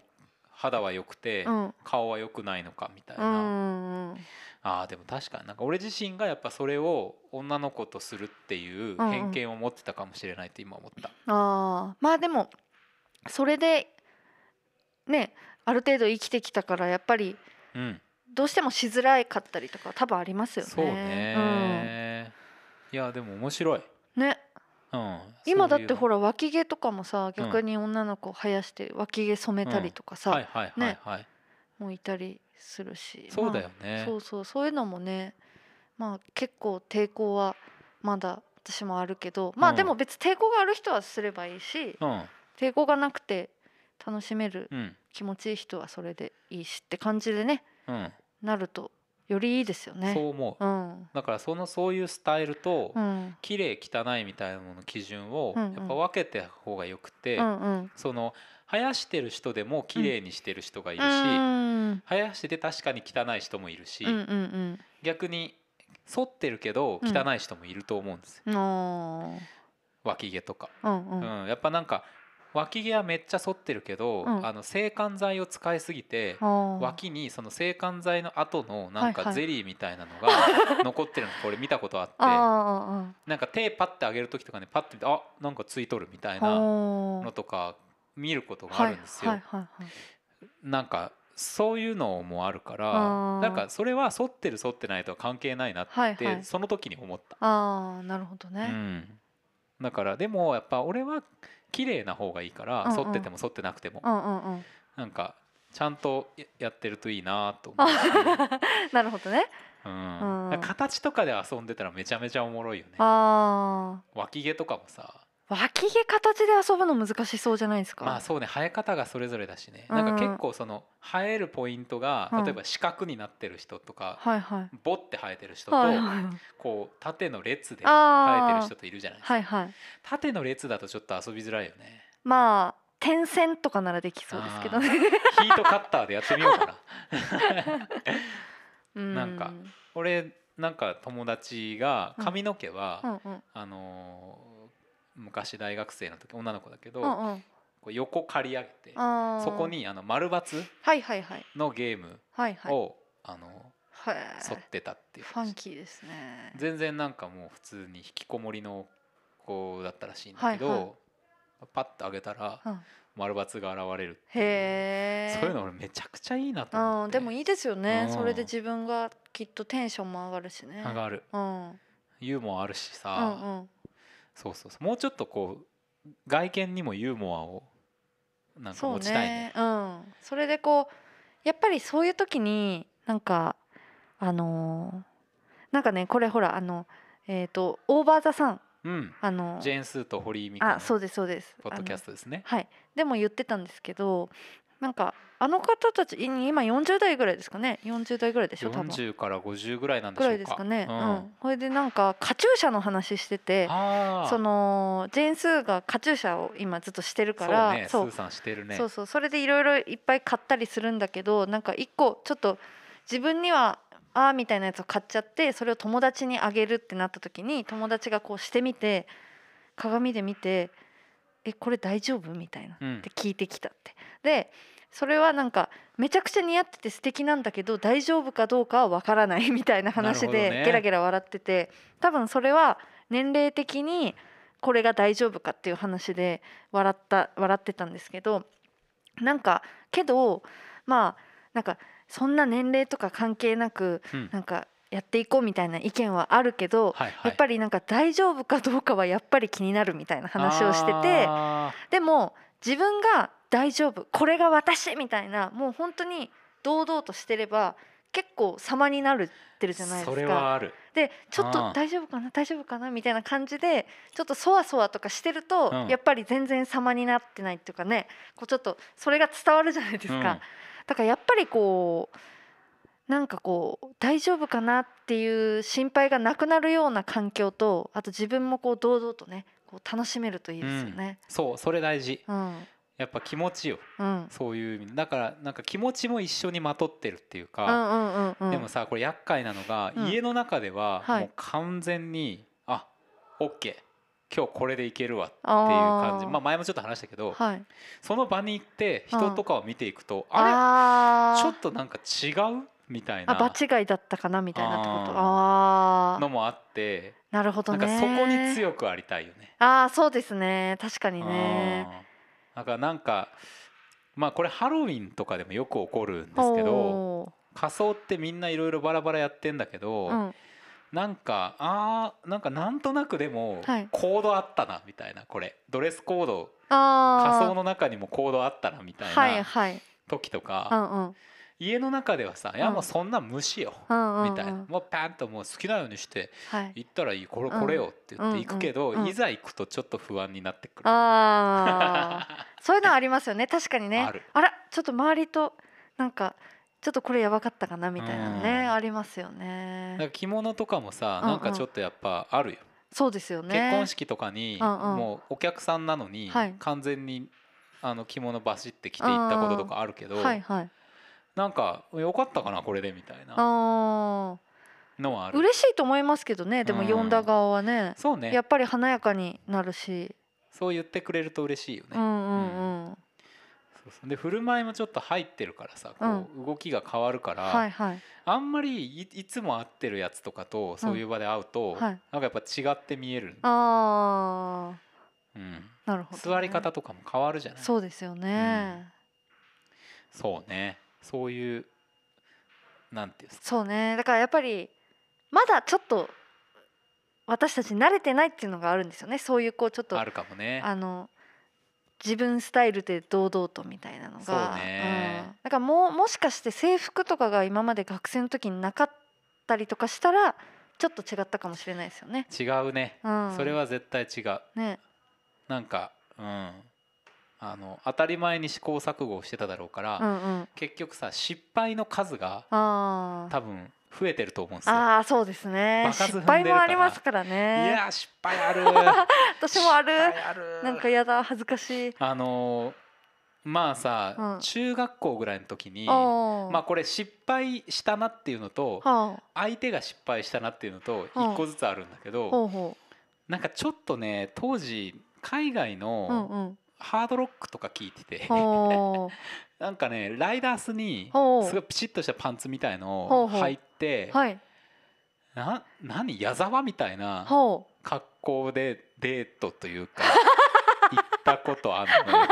[SPEAKER 1] 肌は良くて、
[SPEAKER 2] うん、
[SPEAKER 1] 顔は良くないのかみたい
[SPEAKER 2] うんう
[SPEAKER 1] な、
[SPEAKER 2] んうん、
[SPEAKER 1] あーでも確かになんか俺自身がやっぱそれを女の子とするっていう
[SPEAKER 2] うんうん
[SPEAKER 1] 偏見を持ってたかもしれないって今思った、
[SPEAKER 2] あーまあでもそれでねある程度生きてきたからやっぱり
[SPEAKER 1] うん、
[SPEAKER 2] どうしてもしづらかったりとか多分ありますよね。
[SPEAKER 1] そうね、いやでも面白い、
[SPEAKER 2] うんね
[SPEAKER 1] うん、
[SPEAKER 2] 今だってほ
[SPEAKER 1] ら
[SPEAKER 2] ら脇毛とかもさ逆に女の子生やして脇毛染めたりとかさ、
[SPEAKER 1] はいはいはいはい、
[SPEAKER 2] もういたりするし
[SPEAKER 1] そうだよ
[SPEAKER 2] まあ
[SPEAKER 1] ね、
[SPEAKER 2] そうそうそういうのもねまあ結構抵抗はまだ私もあるけどまあ
[SPEAKER 1] うん
[SPEAKER 2] でも別に抵抗がある人はすればいいし、
[SPEAKER 1] うん
[SPEAKER 2] 抵抗がなくて楽しめる
[SPEAKER 1] うん
[SPEAKER 2] 気持ちいい人はそれでいいしって感じでね
[SPEAKER 1] うん
[SPEAKER 2] なるとよりいいですよね。
[SPEAKER 1] そう思う
[SPEAKER 2] うん
[SPEAKER 1] だからそのそういうスタイルと
[SPEAKER 2] うん
[SPEAKER 1] 綺麗汚いみたいなものの基準を
[SPEAKER 2] うん
[SPEAKER 1] や
[SPEAKER 2] うん
[SPEAKER 1] っぱ分けた方がよくて
[SPEAKER 2] うんうん
[SPEAKER 1] その生やしてる人でも綺麗にしてる人がいるし
[SPEAKER 2] うん
[SPEAKER 1] 生やしてて確かに汚い人もいるし
[SPEAKER 2] うんうん
[SPEAKER 1] 逆に剃ってるけど
[SPEAKER 2] うん
[SPEAKER 1] 汚い人もいると思うんですよ
[SPEAKER 2] うんあ
[SPEAKER 1] 脇毛とか。
[SPEAKER 2] ーうんうん
[SPEAKER 1] うん、やっぱなんか脇毛はめっちゃ剃ってるけど、
[SPEAKER 2] うん
[SPEAKER 1] あの制汗剤を使いすぎて
[SPEAKER 2] あー
[SPEAKER 1] 脇にその制汗剤の後のなん
[SPEAKER 2] はいは
[SPEAKER 1] か
[SPEAKER 2] い
[SPEAKER 1] ゼリーみたいなのが残ってるのこれ見たことあって
[SPEAKER 2] あーあ
[SPEAKER 1] なんか手パッて上げる時とかねパッて見てあなんかついとるみたい
[SPEAKER 2] ーあ
[SPEAKER 1] な
[SPEAKER 2] ー
[SPEAKER 1] のとか見ることがあるんですよ。
[SPEAKER 2] はいはいはいはい
[SPEAKER 1] なんかそういうのもあるから
[SPEAKER 2] あー
[SPEAKER 1] なんかそれは剃ってる剃ってないとは関係ないなっ
[SPEAKER 2] はい
[SPEAKER 1] て、
[SPEAKER 2] はい
[SPEAKER 1] その時に思った。
[SPEAKER 2] ああなるほど
[SPEAKER 1] う
[SPEAKER 2] ね。
[SPEAKER 1] ん、だからでもやっぱ俺は綺麗な方がいいから、
[SPEAKER 2] うんうん
[SPEAKER 1] 剃ってても剃ってなくても、
[SPEAKER 2] うんうんうん。
[SPEAKER 1] なんかちゃんとややってるといいなと思うし、
[SPEAKER 2] なるほどね。
[SPEAKER 1] うん
[SPEAKER 2] うん
[SPEAKER 1] だから形とかで遊んでたらめちゃめちゃおもろいよね
[SPEAKER 2] あ
[SPEAKER 1] 脇毛とかもさ
[SPEAKER 2] あ脇毛形で遊ぶの難しそうじゃないですか。
[SPEAKER 1] まあそうね生え方がそれぞれだしね、
[SPEAKER 2] うん
[SPEAKER 1] なんか結構その生えるポイントが
[SPEAKER 2] うん
[SPEAKER 1] 例えば四角になってる人とか、
[SPEAKER 2] はいはい。
[SPEAKER 1] ボッて生えてる人と、
[SPEAKER 2] はいはい
[SPEAKER 1] こう縦の列で
[SPEAKER 2] あ
[SPEAKER 1] 生
[SPEAKER 2] ー
[SPEAKER 1] えてる人といるじゃないですか、
[SPEAKER 2] はいはい。
[SPEAKER 1] 縦の列だとちょっと遊びづらいよね
[SPEAKER 2] まあ点線とかならできそうですけどね。
[SPEAKER 1] ヒートカッターでやってみようかな
[SPEAKER 2] う
[SPEAKER 1] なんか俺なんか友達が髪の毛は、
[SPEAKER 2] うんうん
[SPEAKER 1] あのー昔大学生の時女の子だけど、
[SPEAKER 2] うんうん。
[SPEAKER 1] こう横刈り上げて
[SPEAKER 2] あー
[SPEAKER 1] そこ。にあの丸×
[SPEAKER 2] はいはいはい
[SPEAKER 1] のゲーム
[SPEAKER 2] はいはい。
[SPEAKER 1] を、あの
[SPEAKER 2] はい。
[SPEAKER 1] 剃ってたっていう
[SPEAKER 2] ファンキーですね。
[SPEAKER 1] 全然なんかもう普通に引きこもりの子だったらしいんだけど、
[SPEAKER 2] はいは
[SPEAKER 1] パッと上げたら
[SPEAKER 2] うん
[SPEAKER 1] 丸×が現れるっていう
[SPEAKER 2] へえ。
[SPEAKER 1] そういうの俺めちゃくちゃいいなと思っ
[SPEAKER 2] うん
[SPEAKER 1] て
[SPEAKER 2] でもいいですよね
[SPEAKER 1] う。ん
[SPEAKER 2] それで自分がきっとテンションも上がるしね。
[SPEAKER 1] 上がる
[SPEAKER 2] うん。うん
[SPEAKER 1] ユーモアあるしさ、
[SPEAKER 2] うん。
[SPEAKER 1] そうそうそうもうちょっとこう外見にもユーモアをなんか
[SPEAKER 2] そう
[SPEAKER 1] 持ちたいね
[SPEAKER 2] ね。うん。それでこうやっぱりそういう時になんかあのーなんかねこれほらあのえっ、とオーバーザさん
[SPEAKER 1] うん
[SPEAKER 2] あの
[SPEAKER 1] ジェーン・スーと堀井美香
[SPEAKER 2] あそ
[SPEAKER 1] の
[SPEAKER 2] うですそうです。
[SPEAKER 1] ポッドキャス
[SPEAKER 2] ト
[SPEAKER 1] トですね
[SPEAKER 2] はい。でも言ってたんですけど。なんかあの方たちい今40代ぐらいですかね40代ぐらいでしょ多分
[SPEAKER 1] 40から50ぐらいなんで
[SPEAKER 2] ぐ
[SPEAKER 1] しょう
[SPEAKER 2] ら
[SPEAKER 1] か
[SPEAKER 2] いですかね、
[SPEAKER 1] う
[SPEAKER 2] うんんこれでなんかカチューシャの話してて
[SPEAKER 1] ああ
[SPEAKER 2] そのジェーン・スーがカチューシャを今ずっとしてる
[SPEAKER 1] そ
[SPEAKER 2] か
[SPEAKER 1] う
[SPEAKER 2] ら
[SPEAKER 1] ねスーさんしてるね
[SPEAKER 2] そうそうそれでいろいろいっぱい買ったりするんだけどなんか一個ちょっと自分にはああみたいなやつを買っちゃってそれを友達にあげるってなった時に友達がこうしてみて鏡で見て「えこれ大丈夫?」みたいなっ
[SPEAKER 1] うん
[SPEAKER 2] て聞いてきたって。でそれはなんかめちゃくちゃ似合ってて素敵なんだけど大丈夫かどうかはわからない みたいな
[SPEAKER 1] な
[SPEAKER 2] 話
[SPEAKER 1] るほ
[SPEAKER 2] で
[SPEAKER 1] どね
[SPEAKER 2] ゲラゲラ笑ってて多分それは年齢的にこれが大丈夫かっていう話で笑った笑ってたんですけどなんかけどまあなんかそんな年齢とか関係なく
[SPEAKER 1] うん
[SPEAKER 2] なんかやっていこうみたいな意見はあるけど、
[SPEAKER 1] はいはい
[SPEAKER 2] やっぱりなんか大丈夫かどうかはやっぱり気になるみたいな話をしてて
[SPEAKER 1] あ
[SPEAKER 2] でも自分が大丈夫これが私みたいなもう本当に堂々としてれば結構様になるってるじゃな
[SPEAKER 1] ー
[SPEAKER 2] いですか。
[SPEAKER 1] それはある
[SPEAKER 2] でちょっ
[SPEAKER 1] あ
[SPEAKER 2] と
[SPEAKER 1] ー
[SPEAKER 2] 大丈夫かな大丈夫かなみたいな感じでちょっとそわそわとかしてると、
[SPEAKER 1] うん
[SPEAKER 2] やっぱり全然様になってないっていうかねこうちょっとそれが伝わるじゃないですか、
[SPEAKER 1] うん
[SPEAKER 2] だからやっぱりこうなんかこう大丈夫かなっていう心配がなくなるような環境とあと自分もこう堂々とねこう楽しめるといいですよね。
[SPEAKER 1] そうそれ大事
[SPEAKER 2] うん、
[SPEAKER 1] やっぱ気持ちよ
[SPEAKER 2] うん、
[SPEAKER 1] そういう意味だからなんか気持ちも一緒にまとってるっていう
[SPEAKER 2] うんう
[SPEAKER 1] か、
[SPEAKER 2] んうんうん
[SPEAKER 1] でもさこれ厄介なのが、
[SPEAKER 2] うん
[SPEAKER 1] 家の中では
[SPEAKER 2] はい
[SPEAKER 1] もう完全に、あオッケー今日これでいけるわって
[SPEAKER 2] あ
[SPEAKER 1] いう
[SPEAKER 2] ー
[SPEAKER 1] 感じまあ前もちょっと話したけど、
[SPEAKER 2] はい、
[SPEAKER 1] その場に行って人とかを見ていくと、あ
[SPEAKER 2] あ
[SPEAKER 1] れ
[SPEAKER 2] ー
[SPEAKER 1] ちょっとなんか違うみたいな
[SPEAKER 2] あ場違いだったかなみたいなってことあ
[SPEAKER 1] の
[SPEAKER 2] あ
[SPEAKER 1] もあって
[SPEAKER 2] なるほ
[SPEAKER 1] な
[SPEAKER 2] ど
[SPEAKER 1] ん
[SPEAKER 2] ね
[SPEAKER 1] かそこに強くありたいよね。
[SPEAKER 2] ああそうですね確かにね
[SPEAKER 1] あーだからなんかまあこれハロウィンとかでもよく起こるんですけど
[SPEAKER 2] ほ
[SPEAKER 1] 仮装ってみんないろいろバラバラやってんだけど、
[SPEAKER 2] ううん
[SPEAKER 1] なんかあーなんかなんとなくでも
[SPEAKER 2] はい
[SPEAKER 1] コードあったなみたいなこれドレスコード
[SPEAKER 2] あ
[SPEAKER 1] 仮
[SPEAKER 2] あ
[SPEAKER 1] 装の中にもコードあったなみたい
[SPEAKER 2] はい
[SPEAKER 1] な
[SPEAKER 2] はい
[SPEAKER 1] 時と
[SPEAKER 2] う
[SPEAKER 1] か
[SPEAKER 2] んうん
[SPEAKER 1] 家の中ではさ「いや
[SPEAKER 2] うん
[SPEAKER 1] もうそんな虫よ」
[SPEAKER 2] うんうんうん
[SPEAKER 1] みたいなもうパンともう好きなようにして
[SPEAKER 2] はい
[SPEAKER 1] 行ったらいいこれ
[SPEAKER 2] うん
[SPEAKER 1] これよって言って行くけ
[SPEAKER 2] うんうんう
[SPEAKER 1] ど
[SPEAKER 2] ん
[SPEAKER 1] いざ行くとちょっと不安になってくる。
[SPEAKER 2] ああそういうのありますよね確かにね
[SPEAKER 1] ある
[SPEAKER 2] らちょっと周りとなんかちょっとこれやばかったかなみたいなのね、
[SPEAKER 1] うん
[SPEAKER 2] ありますよ
[SPEAKER 1] なん
[SPEAKER 2] ね
[SPEAKER 1] か着物とかもさ
[SPEAKER 2] うんう
[SPEAKER 1] なんんかちょっとやっぱあるよ。
[SPEAKER 2] そうですよね
[SPEAKER 1] 結婚式とかに
[SPEAKER 2] うんうん
[SPEAKER 1] もうお客さんなのに
[SPEAKER 2] はい
[SPEAKER 1] 完全にあの着物バシって着て行ったこととかあるけど
[SPEAKER 2] はいはい
[SPEAKER 1] なんかよかったかなこれでみたいな
[SPEAKER 2] あ
[SPEAKER 1] のはあ
[SPEAKER 2] あ
[SPEAKER 1] る。
[SPEAKER 2] 嬉しいと思いますけどねでも
[SPEAKER 1] うん
[SPEAKER 2] 呼んだ側はね、
[SPEAKER 1] そうね
[SPEAKER 2] やっぱり華やかになるし、
[SPEAKER 1] そう言ってくれると嬉しいよね。
[SPEAKER 2] うんうんうん
[SPEAKER 1] そうそうで振る舞いもちょっと入ってるからさこう動きが変わるから、
[SPEAKER 2] はいはい
[SPEAKER 1] あんまりいいつも会ってるやつとかとそういう場で会うと、
[SPEAKER 2] はい
[SPEAKER 1] なんかやっぱ違って見える、
[SPEAKER 2] ああ
[SPEAKER 1] うん、
[SPEAKER 2] なるほどね、
[SPEAKER 1] 座り方とかも変わるじゃない
[SPEAKER 2] そうですよね、
[SPEAKER 1] そうねそういうなんていうんですか
[SPEAKER 2] そうねだからやっぱりまだちょっと私たち慣れてないっていうのがあるんですよねそういうこうちょっと
[SPEAKER 1] あるかもね
[SPEAKER 2] あの自分スタイルで堂々とみたいなのが
[SPEAKER 1] そうね
[SPEAKER 2] うん、だからもうもしかして制服とかが今まで学生の時になかったりとかしたらちょっと違ったかもしれないですよね。
[SPEAKER 1] 違うね、
[SPEAKER 2] うん、
[SPEAKER 1] それは絶対違う
[SPEAKER 2] ね
[SPEAKER 1] なんかうんあの当たり前に試行錯誤をしてただろうから、
[SPEAKER 2] うんうん、
[SPEAKER 1] 結局さ失敗の数が
[SPEAKER 2] あー
[SPEAKER 1] 多分増えてると思うんですよ。
[SPEAKER 2] あーそうですね
[SPEAKER 1] 場数踏んで
[SPEAKER 2] 失
[SPEAKER 1] るから
[SPEAKER 2] 敗もありますから
[SPEAKER 1] い
[SPEAKER 2] ね
[SPEAKER 1] やー失敗ある
[SPEAKER 2] 私もある
[SPEAKER 1] 失敗ある
[SPEAKER 2] なんかやだ恥ずかしい。
[SPEAKER 1] あのーまあさ、
[SPEAKER 2] うん
[SPEAKER 1] 中学校ぐらいの時にま
[SPEAKER 2] あ
[SPEAKER 1] あこれ失敗したなっていうのと
[SPEAKER 2] は
[SPEAKER 1] 相手が失敗したなっていうのと
[SPEAKER 2] うん
[SPEAKER 1] 一個ずつあるんだけ
[SPEAKER 2] あ、
[SPEAKER 1] ど
[SPEAKER 2] ほうほ
[SPEAKER 1] なんかちょっとね当時海外
[SPEAKER 2] う、うん
[SPEAKER 1] の
[SPEAKER 2] うん、
[SPEAKER 1] ハードロックとか聞いてて
[SPEAKER 2] ほ
[SPEAKER 1] なんかねライダースに
[SPEAKER 2] ほう
[SPEAKER 1] すごいピチッとしたパンツみたい
[SPEAKER 2] ほ
[SPEAKER 1] の
[SPEAKER 2] う
[SPEAKER 1] を
[SPEAKER 2] ほう
[SPEAKER 1] 履いて
[SPEAKER 2] う、はい、
[SPEAKER 1] な何矢沢みたいな
[SPEAKER 2] ほう、
[SPEAKER 1] 格好でデートと いうか行ったことあるのよ。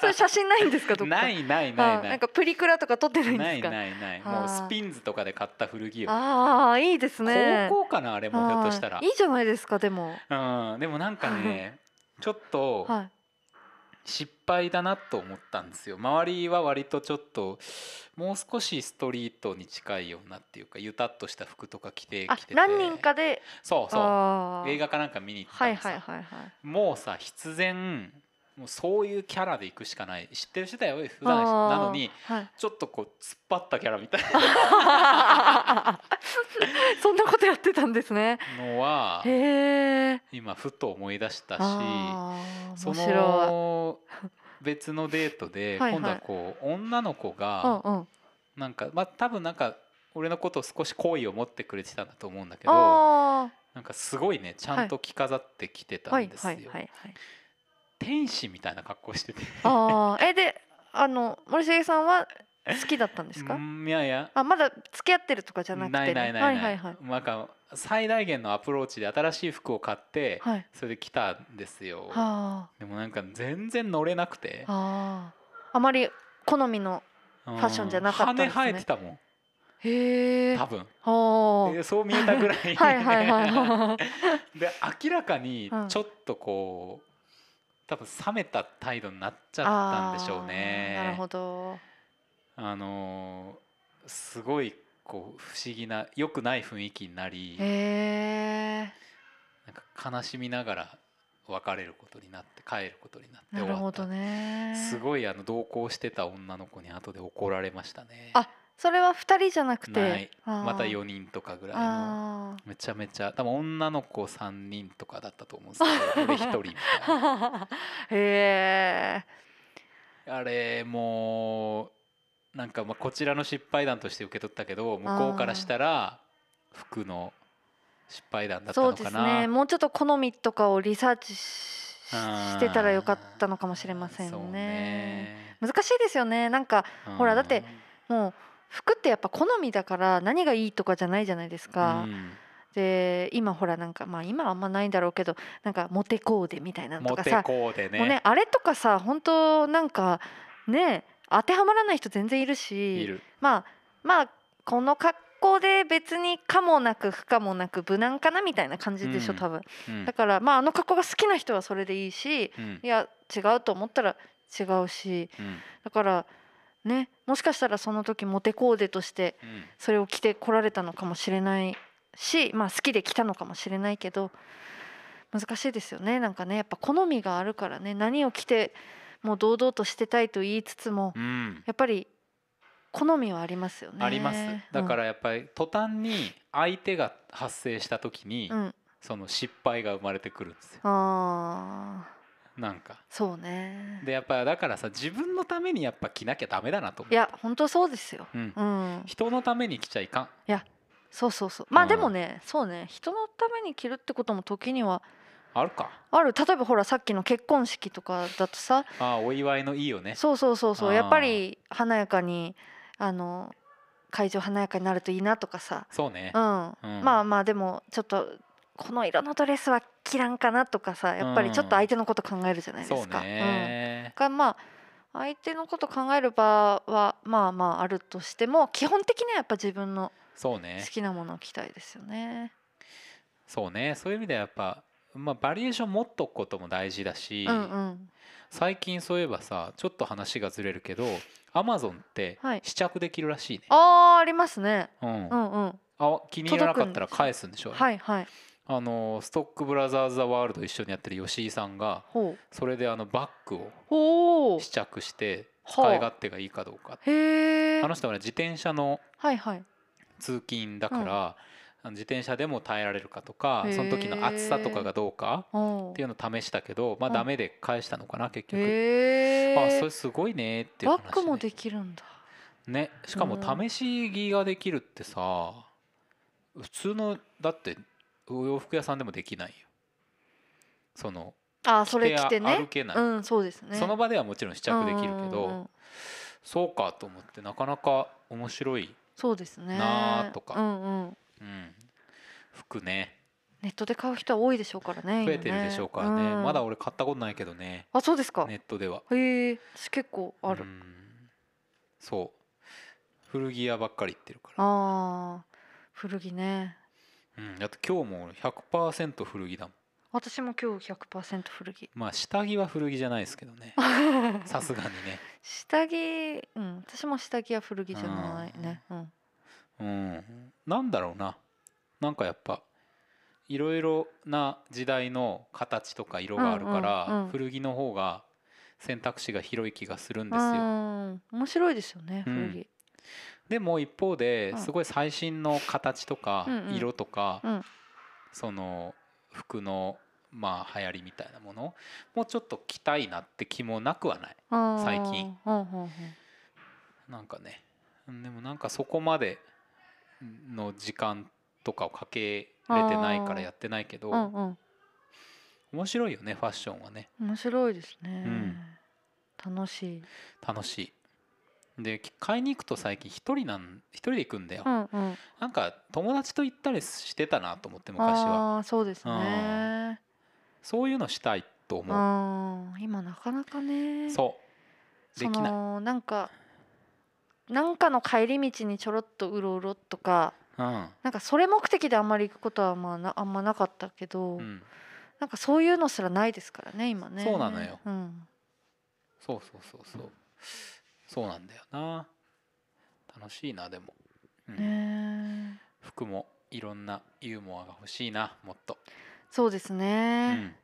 [SPEAKER 2] それ写真ないんですか、どっか。
[SPEAKER 1] な
[SPEAKER 2] あ
[SPEAKER 1] いない
[SPEAKER 2] ー、
[SPEAKER 1] ないな
[SPEAKER 2] なん
[SPEAKER 1] い。
[SPEAKER 2] かプリクラとか撮ってないん
[SPEAKER 1] な
[SPEAKER 2] で
[SPEAKER 1] い
[SPEAKER 2] すか。
[SPEAKER 1] ないない
[SPEAKER 2] あー
[SPEAKER 1] もうスピンズとかで買った古着を
[SPEAKER 2] ああ、いいですね。
[SPEAKER 1] 高校かなあれもひょっとしたら
[SPEAKER 2] はいいいじゃないですか、でも。
[SPEAKER 1] うんでもなんかねちょっと
[SPEAKER 2] はい。
[SPEAKER 1] 失敗だなと思ったんですよ周りは割とちょっともう少しストリートに近いようなっていうかゆたっとした服とか着て
[SPEAKER 2] あ
[SPEAKER 1] 着て、て
[SPEAKER 2] 何人かで。
[SPEAKER 1] そうそ
[SPEAKER 2] あ
[SPEAKER 1] う
[SPEAKER 2] ー
[SPEAKER 1] 映画かなんか見に行った
[SPEAKER 2] は
[SPEAKER 1] ん
[SPEAKER 2] い
[SPEAKER 1] です
[SPEAKER 2] はい
[SPEAKER 1] よ
[SPEAKER 2] はいはい。
[SPEAKER 1] もうさ必然もうそういうキャラで行くしかない知ってる人だよ普
[SPEAKER 2] 普
[SPEAKER 1] 段なのに。
[SPEAKER 2] はい。
[SPEAKER 1] ちょっとこう突っ張ったキャラみたい
[SPEAKER 2] そんなことやってたんですね。
[SPEAKER 1] なのは
[SPEAKER 2] へえ。
[SPEAKER 1] 今ふと思い出したし
[SPEAKER 2] あー
[SPEAKER 1] そ
[SPEAKER 2] 面白
[SPEAKER 1] の別のデートで
[SPEAKER 2] はいはい
[SPEAKER 1] 今度はこう女の子
[SPEAKER 2] い。うん
[SPEAKER 1] が
[SPEAKER 2] うん。
[SPEAKER 1] なんかまあ多分なんか俺のことを少し好意を持ってくれてたんだと思うんだけど
[SPEAKER 2] あ
[SPEAKER 1] なんかすごいねちゃんと着飾ってきて
[SPEAKER 2] あ。
[SPEAKER 1] た
[SPEAKER 2] は
[SPEAKER 1] ん
[SPEAKER 2] い
[SPEAKER 1] です
[SPEAKER 2] は
[SPEAKER 1] よ
[SPEAKER 2] いはいはい。
[SPEAKER 1] 天使みたいな格好してて
[SPEAKER 2] ああ、え、で、あの、森重さんは好きだったんです
[SPEAKER 1] う
[SPEAKER 2] か。
[SPEAKER 1] んいやいや
[SPEAKER 2] あ、まだ付き合ってるとかじゃなくて、
[SPEAKER 1] な
[SPEAKER 2] ね。
[SPEAKER 1] いないないな
[SPEAKER 2] は
[SPEAKER 1] いい
[SPEAKER 2] はい
[SPEAKER 1] なんか最大限のアプローチで新しい服を買って
[SPEAKER 2] はい。はい。
[SPEAKER 1] それで来たんですよ
[SPEAKER 2] は
[SPEAKER 1] でもなんか全然乗れなくて
[SPEAKER 2] あ。ああ。あまり好みの。
[SPEAKER 1] フ
[SPEAKER 2] ァッションじゃなかったんですね
[SPEAKER 1] 羽生えてたもん
[SPEAKER 2] へえ。
[SPEAKER 1] 多分
[SPEAKER 2] は
[SPEAKER 1] でそう見えたぐらい
[SPEAKER 2] あ。はいはい はいは い。
[SPEAKER 1] で明らかに
[SPEAKER 2] うん
[SPEAKER 1] ちょっとこう、多分冷めた態度になっちゃったんでしょうね
[SPEAKER 2] あーなるほど。
[SPEAKER 1] あのーすごいこう不思議な良くない雰囲気になり
[SPEAKER 2] へえ。
[SPEAKER 1] なんか悲しみながら別れることになって帰ることになって
[SPEAKER 2] な
[SPEAKER 1] 終
[SPEAKER 2] る
[SPEAKER 1] わ
[SPEAKER 2] ほ
[SPEAKER 1] っ
[SPEAKER 2] ど
[SPEAKER 1] た、
[SPEAKER 2] ね。
[SPEAKER 1] すごいあの同行してた女の子に後で怒られましたね
[SPEAKER 2] あそれは二人じゃなくて。
[SPEAKER 1] ない
[SPEAKER 2] あー
[SPEAKER 1] また4人とかぐらいの
[SPEAKER 2] あ
[SPEAKER 1] めちゃめちゃ多分女の子3人とかだったと思うんですけど俺1人みた いな。
[SPEAKER 2] あ。へえ。
[SPEAKER 1] あれもうなんかまあこちらの失敗談として受け取ったけど向こうからしたら服の失敗談だった
[SPEAKER 2] そう
[SPEAKER 1] の
[SPEAKER 2] で
[SPEAKER 1] か
[SPEAKER 2] す
[SPEAKER 1] な
[SPEAKER 2] ね。もうちょっと好みとかをリサーチし
[SPEAKER 1] うん
[SPEAKER 2] してたらよかったのかもしれません
[SPEAKER 1] そう
[SPEAKER 2] ね。
[SPEAKER 1] ね
[SPEAKER 2] 難しいですよね。なんかほらだってもう服ってやっぱ好みだから何がいいとかじゃないじゃないですか。で今ほらなんかまあ今あんまないんだろうけどなんかモテコーデみたいなの
[SPEAKER 1] モ
[SPEAKER 2] とか
[SPEAKER 1] テ
[SPEAKER 2] さ
[SPEAKER 1] コーデね
[SPEAKER 2] もうねあれとかさ本当なんかね当てはまらない人全然いるし
[SPEAKER 1] いる
[SPEAKER 2] まあまあこの格好で別に可もなく不可もなく無難かなみたいな感じでしょ、
[SPEAKER 1] うん
[SPEAKER 2] 多分
[SPEAKER 1] うん
[SPEAKER 2] だからまああの格好が好きな人はそれでいいし
[SPEAKER 1] うん
[SPEAKER 2] いや違うと思ったら違うし
[SPEAKER 1] うん
[SPEAKER 2] だからねもしかしたらその時モテコーデとして
[SPEAKER 1] うん
[SPEAKER 2] それを着てこられたのかもしれないし、まあ、好きで着たのかもしれないけど難しいですよねなんかねやっぱ好みがあるからね何を着てもう堂々としてたいと言いつつも
[SPEAKER 1] うん
[SPEAKER 2] やっぱり好みはありますよね。
[SPEAKER 1] ありますだか
[SPEAKER 2] うん
[SPEAKER 1] らやっぱり途端に相手が発生した時に
[SPEAKER 2] うん、
[SPEAKER 1] その失敗が生まれてくるんですよ
[SPEAKER 2] ああ
[SPEAKER 1] なんか
[SPEAKER 2] そうね
[SPEAKER 1] でやっぱだからさ自分のためにやっぱ着なきゃダメだなと思う
[SPEAKER 2] いや本当そうですよ
[SPEAKER 1] うん
[SPEAKER 2] うん
[SPEAKER 1] 人のために着ちゃいかん
[SPEAKER 2] そうそうそう
[SPEAKER 1] う
[SPEAKER 2] まあ
[SPEAKER 1] ん
[SPEAKER 2] でもねそうね人のために着るってことも時には
[SPEAKER 1] あるか
[SPEAKER 2] ある例えばほらさっきの結婚式とかだとさ
[SPEAKER 1] あーお祝いのいいよね
[SPEAKER 2] そうそうそうそ
[SPEAKER 1] あ
[SPEAKER 2] う
[SPEAKER 1] ー
[SPEAKER 2] やっぱり華やかにあの会場華やかになるといいなとかさ
[SPEAKER 1] そうね
[SPEAKER 2] うん
[SPEAKER 1] うん
[SPEAKER 2] まあまあでもちょっとこの色のドレスは着らんかなとかさやっぱりちょっと相手のこと考えるじゃないで
[SPEAKER 1] そう
[SPEAKER 2] すか。うん
[SPEAKER 1] ね
[SPEAKER 2] がまあ相手のこと考える場はまあまああるとしても基本的にはやっぱ自分の
[SPEAKER 1] そう
[SPEAKER 2] 好
[SPEAKER 1] ね
[SPEAKER 2] きなものを着たいですよね。
[SPEAKER 1] そうねそういう意味ではやっぱまあバリエーション持っとくことも大事だし
[SPEAKER 2] うんうん。
[SPEAKER 1] 最近そういえばさちょっと話がずれるけどアマゾンって
[SPEAKER 2] はい
[SPEAKER 1] 試着できるらしいね、
[SPEAKER 2] ああありますね。
[SPEAKER 1] うん
[SPEAKER 2] うんうん。
[SPEAKER 1] あ気に入らなかったら返すんでしょ
[SPEAKER 2] はいはい。
[SPEAKER 1] あのストックブラザーズ・ザ・ワールド一緒にやってる吉井さんが
[SPEAKER 2] ほう。
[SPEAKER 1] それであのバッグを
[SPEAKER 2] ほう。
[SPEAKER 1] 試着して使
[SPEAKER 2] はあ
[SPEAKER 1] い勝手がいいかどうか
[SPEAKER 2] へえ
[SPEAKER 1] あ。の人はね自転車の
[SPEAKER 2] はいはい。
[SPEAKER 1] 通勤だから、あの自転車でも耐えられるかとか
[SPEAKER 2] へー
[SPEAKER 1] その時の暑さとかがどうか
[SPEAKER 2] お
[SPEAKER 1] っていうのを試したけどまあ
[SPEAKER 2] うん
[SPEAKER 1] ダメで返したのかな結局、
[SPEAKER 2] へえ。
[SPEAKER 1] あそれすごいねっていう
[SPEAKER 2] バ
[SPEAKER 1] 話、ね、
[SPEAKER 2] ッグもできるんだ。
[SPEAKER 1] ねしかも試
[SPEAKER 2] う
[SPEAKER 1] し着ができるってさ普通のだってお洋服屋さんでもできないよその
[SPEAKER 2] あーそれ着
[SPEAKER 1] 手
[SPEAKER 2] て
[SPEAKER 1] 歩
[SPEAKER 2] ね。
[SPEAKER 1] けない、
[SPEAKER 2] うんそうですね。
[SPEAKER 1] その場ではもちろん試着できるけど、
[SPEAKER 2] うんうんうん
[SPEAKER 1] そうかと思ってなかなか面白い、
[SPEAKER 2] そうですね。
[SPEAKER 1] なーとか
[SPEAKER 2] うんうん。
[SPEAKER 1] うん、服ね
[SPEAKER 2] ネットで買う人は多いでしょうからね。
[SPEAKER 1] 増えてるでしょうからね
[SPEAKER 2] 今
[SPEAKER 1] まだ俺買ったことないけどね
[SPEAKER 2] あそうですか。
[SPEAKER 1] ネットでは
[SPEAKER 2] へえ私結構ある、
[SPEAKER 1] うんそう古着屋ばっかり行ってるから
[SPEAKER 2] ああ古着ね
[SPEAKER 1] うんだって今日も100%古着だもん
[SPEAKER 2] 私も今日100%古着
[SPEAKER 1] まあ下着は古着じゃないですけど ねさすがにね
[SPEAKER 2] 下着うん私も下着は古着じゃないねうん
[SPEAKER 1] うんなんだろうななんかやっぱいろいろな時代の形とか色があるから、
[SPEAKER 2] うんうんうん
[SPEAKER 1] 古着の方が選択肢が広い気がするん
[SPEAKER 2] う
[SPEAKER 1] ですよ、
[SPEAKER 2] ん面白いですよね
[SPEAKER 1] うん
[SPEAKER 2] 古着
[SPEAKER 1] でも一方で
[SPEAKER 2] うん
[SPEAKER 1] すごい最新の形とか
[SPEAKER 2] うんうん
[SPEAKER 1] 色とか、
[SPEAKER 2] うん
[SPEAKER 1] その服のまあ流行りみたいなものもうちょっと着たいなって気もなくはない
[SPEAKER 2] あー
[SPEAKER 1] 最近
[SPEAKER 2] うんうんうん
[SPEAKER 1] なんかねうんでもなんかそこまでの時間とかをかけれてないからやってないけど、
[SPEAKER 2] うんうん
[SPEAKER 1] 面白いよねファッションはね
[SPEAKER 2] 面白いですね
[SPEAKER 1] ん
[SPEAKER 2] 楽しい
[SPEAKER 1] 楽しいでき買いに行くと最近一人なん一人で行くんだよ、
[SPEAKER 2] うんうん
[SPEAKER 1] なんか友達と行ったりしてたなと思って昔は
[SPEAKER 2] ああーそうですね
[SPEAKER 1] そういうのしたいと
[SPEAKER 2] う
[SPEAKER 1] 思
[SPEAKER 2] ん今なかなか
[SPEAKER 1] う
[SPEAKER 2] ね
[SPEAKER 1] そうで
[SPEAKER 2] そ
[SPEAKER 1] きない
[SPEAKER 2] のなんかなんかの帰り道にちょろっとうろうろとか
[SPEAKER 1] うん
[SPEAKER 2] なんかそれ目的であんまり行くことはまあなあんまなかったけど、
[SPEAKER 1] うん
[SPEAKER 2] なんかそういうのすらないですからね今ね
[SPEAKER 1] そうなのよ
[SPEAKER 2] うん、
[SPEAKER 1] そうそうそうそうそうなんだよな楽しいなでも、うん
[SPEAKER 2] ねえ
[SPEAKER 1] 服もいろんなユーモアが欲しいなもっと、
[SPEAKER 2] そうです
[SPEAKER 1] う
[SPEAKER 2] ね、
[SPEAKER 1] ん、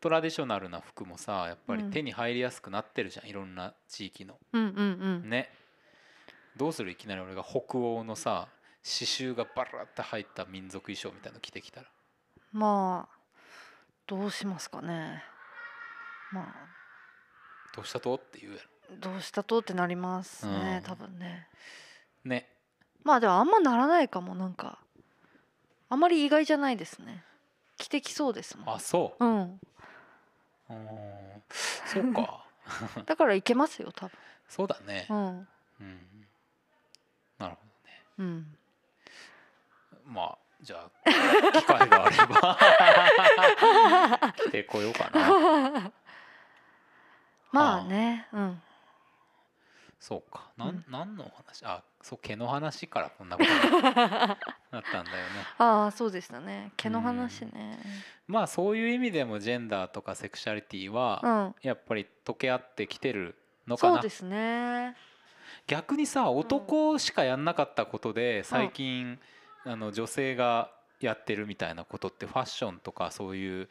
[SPEAKER 1] トラディショナルな服もさやっぱり
[SPEAKER 2] うん
[SPEAKER 1] 手に入りやすくなってるじゃんいろんな地域の
[SPEAKER 2] うん、うんうん
[SPEAKER 1] ねどうするいきなり俺が北欧のさ刺繍がバラッと入った民族衣装みたいなの着てきたら
[SPEAKER 2] まあどうしますかねまあ
[SPEAKER 1] どうしたとって言うや
[SPEAKER 2] どうしたとってなりますね、
[SPEAKER 1] うん
[SPEAKER 2] 多分ね
[SPEAKER 1] ろね
[SPEAKER 2] まあでもあんまならないかもなんかあまり意外じゃないですね着てきそうですもん
[SPEAKER 1] あそう
[SPEAKER 2] うん
[SPEAKER 1] うーんそうか
[SPEAKER 2] だからいけますよ多
[SPEAKER 1] そうだね
[SPEAKER 2] 分
[SPEAKER 1] うんなるほどね
[SPEAKER 2] うん うん
[SPEAKER 1] まあじゃあ機会があれ ば来てこようかな
[SPEAKER 2] まあねうん
[SPEAKER 1] そうか
[SPEAKER 2] う
[SPEAKER 1] なんん何の話あそう毛の話からこんなことに なったんだよね
[SPEAKER 2] ああそうでしたね毛の話ね
[SPEAKER 1] まあそういう意味でもジェンダーとかセクシャリティは
[SPEAKER 2] うん
[SPEAKER 1] やっぱり溶け合ってきてるのか
[SPEAKER 2] そう
[SPEAKER 1] な
[SPEAKER 2] ですね
[SPEAKER 1] 逆にさ男しかやんなかったことで最近、あの女性がやってるみたいなことってファッションとかそういう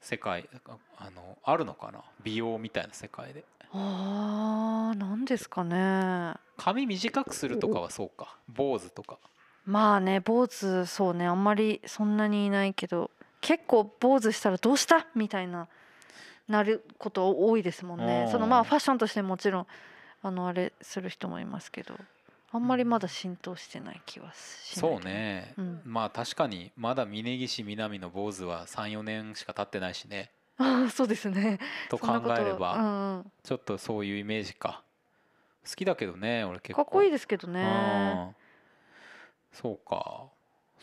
[SPEAKER 1] 世界ああのあるのかな美容みたいな世界で
[SPEAKER 2] あーなんですかね
[SPEAKER 1] 髪短くするとかはそうか坊主とか
[SPEAKER 2] まあね坊主そうねあんまりそんなにいないけど結構坊主したらどうしたみたいななること多いですもんね
[SPEAKER 1] うん
[SPEAKER 2] そのまあファッションとしてもちろんあのあれする人もいますけどあんまりまだ浸透してない気はしない
[SPEAKER 1] そう
[SPEAKER 2] けど
[SPEAKER 1] ね、
[SPEAKER 2] うん
[SPEAKER 1] まあ確かにまだ峯岸みなみの坊主は34年しか経ってないしね
[SPEAKER 2] ああ そうですね
[SPEAKER 1] と
[SPEAKER 2] そ
[SPEAKER 1] 考
[SPEAKER 2] んなこと
[SPEAKER 1] えれ
[SPEAKER 2] う
[SPEAKER 1] ば
[SPEAKER 2] んうん
[SPEAKER 1] ちょっとそういうイメージか好きだけどね俺結
[SPEAKER 2] か
[SPEAKER 1] 構
[SPEAKER 2] っこいい
[SPEAKER 1] で
[SPEAKER 2] ですけどね
[SPEAKER 1] そうか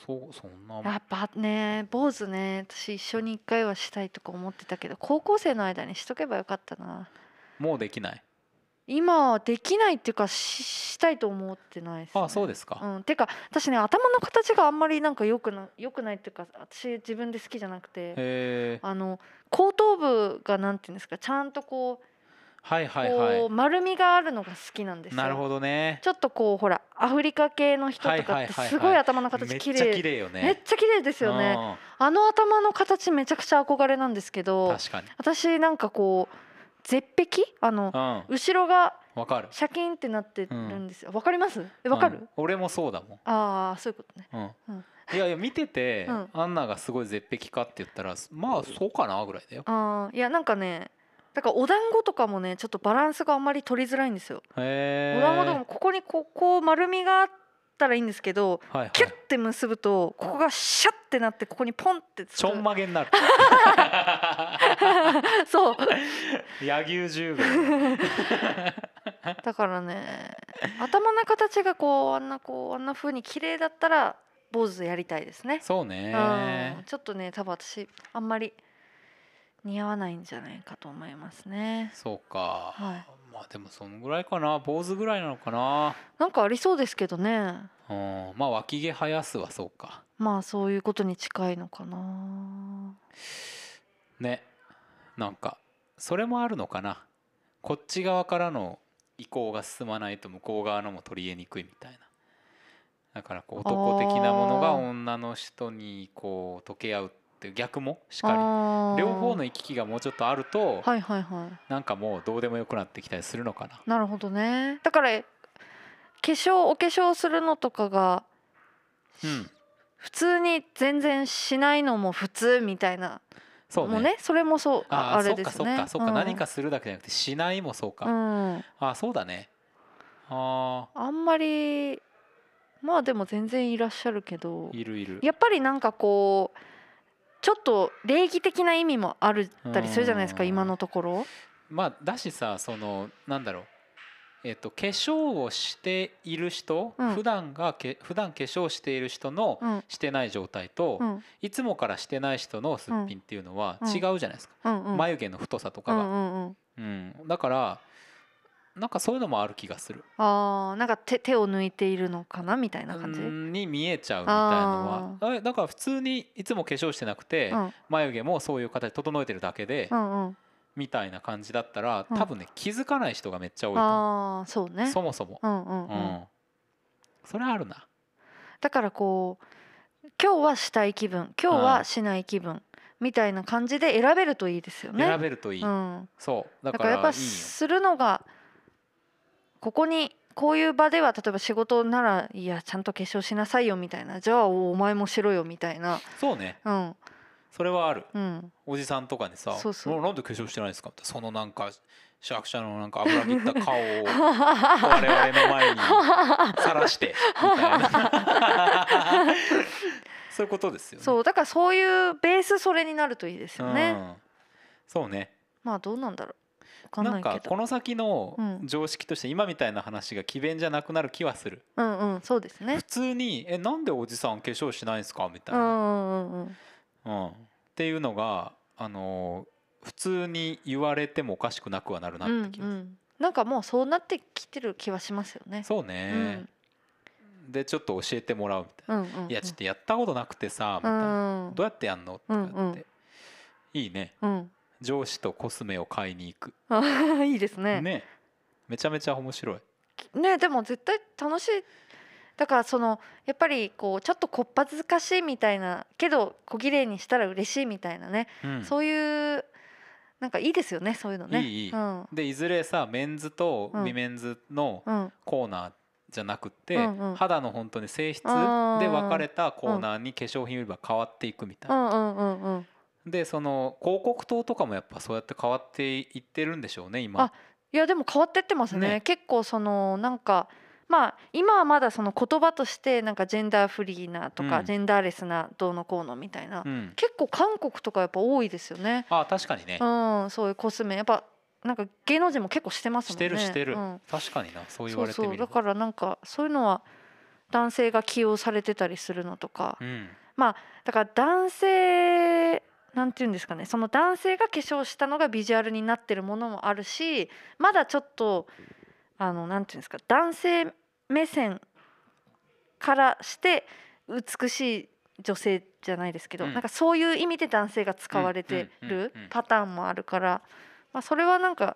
[SPEAKER 1] そうそんな
[SPEAKER 2] やっぱね坊主ね私一緒に一回はしたいとか思ってたけど高校生の間にしとけばよかったな
[SPEAKER 1] もうできない
[SPEAKER 2] 今はできないっていうかししたいと思ってないです、ね、
[SPEAKER 1] あそうですか、
[SPEAKER 2] うん、てか私ね頭の形があんまりなんか良くな良くないっていうか私自分で好きじゃなくて
[SPEAKER 1] へえ
[SPEAKER 2] あの後頭部がなんていうんですかちゃんとこう
[SPEAKER 1] はいはい
[SPEAKER 2] こ
[SPEAKER 1] は
[SPEAKER 2] う丸みがあるのが好きなんです
[SPEAKER 1] い
[SPEAKER 2] よ
[SPEAKER 1] なるほどね
[SPEAKER 2] ちょっとこうほらアフリカ系の人とか
[SPEAKER 1] はいはい
[SPEAKER 2] って
[SPEAKER 1] はいはい
[SPEAKER 2] すごい頭の
[SPEAKER 1] め
[SPEAKER 2] 形
[SPEAKER 1] っ
[SPEAKER 2] 綺
[SPEAKER 1] ちゃ綺
[SPEAKER 2] 麗
[SPEAKER 1] 麗よね
[SPEAKER 2] めっちゃ綺麗ですよねあの頭の形めちゃくちゃ憧れなんですけ
[SPEAKER 1] うん
[SPEAKER 2] ど
[SPEAKER 1] 確かに
[SPEAKER 2] 私なんかこう絶壁あの
[SPEAKER 1] う
[SPEAKER 2] 後ろが
[SPEAKER 1] んわかる
[SPEAKER 2] シャキンってなってるんですよ。わ、かります？えわかる？
[SPEAKER 1] うん俺もそうだもん
[SPEAKER 2] ああそういうことね。
[SPEAKER 1] う
[SPEAKER 2] うん
[SPEAKER 1] んいやいや見てて、
[SPEAKER 2] うん
[SPEAKER 1] アンナがすごい絶壁かって言ったらまあそうかなぐらいだよ
[SPEAKER 2] ああいやなんかね、だからお団子とかもねちょっとバランスがあんまり取りづらいんですよ。
[SPEAKER 1] へえ
[SPEAKER 2] お団子とかもここにこうこう丸みがあったらいいんですけど、
[SPEAKER 1] はいはい
[SPEAKER 2] キュッて結ぶとここがシャッてなってここにポンってつく
[SPEAKER 1] ちょんまげになる
[SPEAKER 2] そう。
[SPEAKER 1] 柳生十兵衛
[SPEAKER 2] だからね、頭の形がこうあんなこうあんな風に綺麗だったら坊主やりたいですね。
[SPEAKER 1] そう
[SPEAKER 2] うん
[SPEAKER 1] ね
[SPEAKER 2] ちょっとね多分私あんまり似合わないんじゃないかと思いますね。
[SPEAKER 1] そうか、
[SPEAKER 2] はい
[SPEAKER 1] まあでもそのぐらいかな坊主ぐらいなのかな
[SPEAKER 2] なんかありそうですけどね
[SPEAKER 1] うんまあ脇毛生やすはそうか
[SPEAKER 2] まあそういうことに近いのかな
[SPEAKER 1] ねなんかそれもあるのかなこっち側からの移行が進まないと向こう側のも取り入れにくいみたいなだからこう男的なものが
[SPEAKER 2] あー
[SPEAKER 1] 女の人にこう溶け合うっていう逆もしか
[SPEAKER 2] あ
[SPEAKER 1] り
[SPEAKER 2] ー
[SPEAKER 1] 両方の行き来がもうちょっとあると
[SPEAKER 2] はいはいはい
[SPEAKER 1] なんかもうどうでもよくなってきたりするのかな
[SPEAKER 2] なるほどねだから化粧お化粧するのとかが
[SPEAKER 1] うん
[SPEAKER 2] 普通に全然しないのも普通みたいな
[SPEAKER 1] そうね
[SPEAKER 2] もうねそれもそうあ
[SPEAKER 1] ああ
[SPEAKER 2] あ
[SPEAKER 1] そ
[SPEAKER 2] れ
[SPEAKER 1] っ
[SPEAKER 2] で
[SPEAKER 1] か
[SPEAKER 2] す
[SPEAKER 1] そっ
[SPEAKER 2] ね
[SPEAKER 1] かそっか、
[SPEAKER 2] うん
[SPEAKER 1] 何かするだけじゃなくてしないもそうか、
[SPEAKER 2] うん
[SPEAKER 1] あそうだねあ
[SPEAKER 2] あんまりまあでも全然いらっしゃるけど
[SPEAKER 1] ーいるいる
[SPEAKER 2] やっぱりなんかこうちょっと礼儀的な意味もあるったりするじゃないですか
[SPEAKER 1] うん
[SPEAKER 2] 今のところ
[SPEAKER 1] まあだしさそのなんだろうえっと化粧をしている人、
[SPEAKER 2] うん
[SPEAKER 1] 普段がけ普段化粧している人の
[SPEAKER 2] うん
[SPEAKER 1] してない状態と、
[SPEAKER 2] うん
[SPEAKER 1] いつもからしてない人のすっぴんっていうのは
[SPEAKER 2] うん
[SPEAKER 1] 違うじゃないですか、
[SPEAKER 2] うんうん
[SPEAKER 1] 眉毛の太さとか
[SPEAKER 2] う
[SPEAKER 1] が、
[SPEAKER 2] んうんうん
[SPEAKER 1] うんだからなんかそういうのもある気がする
[SPEAKER 2] あーなんか手手を抜いているのかなみたいな感じ、
[SPEAKER 1] う
[SPEAKER 2] うん
[SPEAKER 1] んに見えちゃうみたいなのはあだから普通にいつも化粧してなくて、
[SPEAKER 2] うん
[SPEAKER 1] 眉毛もそういう形整えてるだけで、
[SPEAKER 2] うん、
[SPEAKER 1] みたいな感じだったら
[SPEAKER 2] うん
[SPEAKER 1] 多分ね気づかない人がめっちゃ多いと思
[SPEAKER 2] ああそう
[SPEAKER 1] う
[SPEAKER 2] ね
[SPEAKER 1] そもそも、
[SPEAKER 2] うんうん
[SPEAKER 1] う
[SPEAKER 2] うん
[SPEAKER 1] ん、それはあるな
[SPEAKER 2] だからこう今日はしたい気分今日
[SPEAKER 1] う
[SPEAKER 2] は
[SPEAKER 1] ん
[SPEAKER 2] しない気分みたいな感じで選べるといいですよね。
[SPEAKER 1] 選べるといい、
[SPEAKER 2] うん、
[SPEAKER 1] そうだ
[SPEAKER 2] だ
[SPEAKER 1] か
[SPEAKER 2] からやっ
[SPEAKER 1] らい
[SPEAKER 2] ぱ
[SPEAKER 1] いよ
[SPEAKER 2] するのがここにこういう場では例えば仕事ならいやちゃんと化粧しなさいよみたいなじゃあお前もしろよみたいな
[SPEAKER 1] そうね
[SPEAKER 2] うん
[SPEAKER 1] それはある
[SPEAKER 2] うん
[SPEAKER 1] おじさんとかにさ
[SPEAKER 2] そうそう
[SPEAKER 1] おなんで化粧してないんですか?」ってそのなんかシャクシャのなんか油ぎった顔を我々の前にさらしてみたいなそういうことですよね
[SPEAKER 2] そうだからそういうベースそれになるといいですよね。
[SPEAKER 1] うん、そうね
[SPEAKER 2] まあどうなんだろう。わかんない
[SPEAKER 1] なん
[SPEAKER 2] け
[SPEAKER 1] かこ
[SPEAKER 2] ど。
[SPEAKER 1] の先の
[SPEAKER 2] うん
[SPEAKER 1] 常識として今みたいな話が詭弁じゃなくなる気はする、
[SPEAKER 2] うんうんそうですね
[SPEAKER 1] 普。通に「えなんでおじさん化粧しないんですか?」みた
[SPEAKER 2] う
[SPEAKER 1] い
[SPEAKER 2] んう
[SPEAKER 1] な、
[SPEAKER 2] んうんうん。
[SPEAKER 1] うんっていうのが、あのー普通に言われてもおかしくなくはなるな
[SPEAKER 2] うん
[SPEAKER 1] っ
[SPEAKER 2] う
[SPEAKER 1] て気がする、
[SPEAKER 2] ん。なんかもうそうなってきてる気はしますよね。
[SPEAKER 1] そうね、でちょっと教えてもらうみたい
[SPEAKER 2] うんうんう
[SPEAKER 1] な「
[SPEAKER 2] ん。
[SPEAKER 1] いやちょっとやったことなくてさ」み
[SPEAKER 2] う
[SPEAKER 1] たいな、
[SPEAKER 2] ん
[SPEAKER 1] どうやってやんの?」って
[SPEAKER 2] うん
[SPEAKER 1] なって、いいね
[SPEAKER 2] うん。
[SPEAKER 1] 上司とコスメを買いに行く、
[SPEAKER 2] あいいですね。
[SPEAKER 1] ねめちゃめちゃ面白い
[SPEAKER 2] ねでも絶対楽しいだからそのやっぱりこうちょっとこっぱずかしいみたいなけど小綺麗にしたら嬉しいみたいなね、
[SPEAKER 1] うん
[SPEAKER 2] そういうなんかいいですよねそういうのね。
[SPEAKER 1] いいいい
[SPEAKER 2] うん
[SPEAKER 1] でいずれさメンズと
[SPEAKER 2] うん
[SPEAKER 1] ウィメンズの
[SPEAKER 2] うん
[SPEAKER 1] コーナーじゃなくて、
[SPEAKER 2] うんうん
[SPEAKER 1] 肌の本当に性質で
[SPEAKER 2] あー
[SPEAKER 1] 分かれたコーナーに化粧品売り場変わっていくみたいうな、
[SPEAKER 2] んうんうんうん
[SPEAKER 1] でその広告塔とかもやっぱそうやって変わっていってるんでしょうね今
[SPEAKER 2] あいやでも変わってってますね
[SPEAKER 1] ね
[SPEAKER 2] 結構そのなんかまあ今はまだその言葉としてなんかジェンダーフリーなとか、
[SPEAKER 1] うん
[SPEAKER 2] ジェンダーレスなどうのこうのみたいな、
[SPEAKER 1] うん、
[SPEAKER 2] 結構韓国とかやっぱ多いですよね
[SPEAKER 1] あ確かにね、
[SPEAKER 2] うんそういうコスメやっぱなんか芸能人も結構してますもんね
[SPEAKER 1] してるしてる
[SPEAKER 2] うん
[SPEAKER 1] 確かになそう言
[SPEAKER 2] そ
[SPEAKER 1] わ
[SPEAKER 2] う
[SPEAKER 1] れて
[SPEAKER 2] そ
[SPEAKER 1] み
[SPEAKER 2] う
[SPEAKER 1] る
[SPEAKER 2] だ
[SPEAKER 1] と
[SPEAKER 2] からなんかそういうのは男性が起用されてたりするのとか、
[SPEAKER 1] うん
[SPEAKER 2] だから男性なんていうんですかねその男性が化粧したのがビジュアルになってるものもあるしまだちょっとあのなんていうんですか男性目線からして美しい女性じゃないですけど、
[SPEAKER 1] うん
[SPEAKER 2] なんかそういう意味で男性が使われてる
[SPEAKER 1] うんうんうんうん
[SPEAKER 2] パターンもあるから、まあ、それはなんか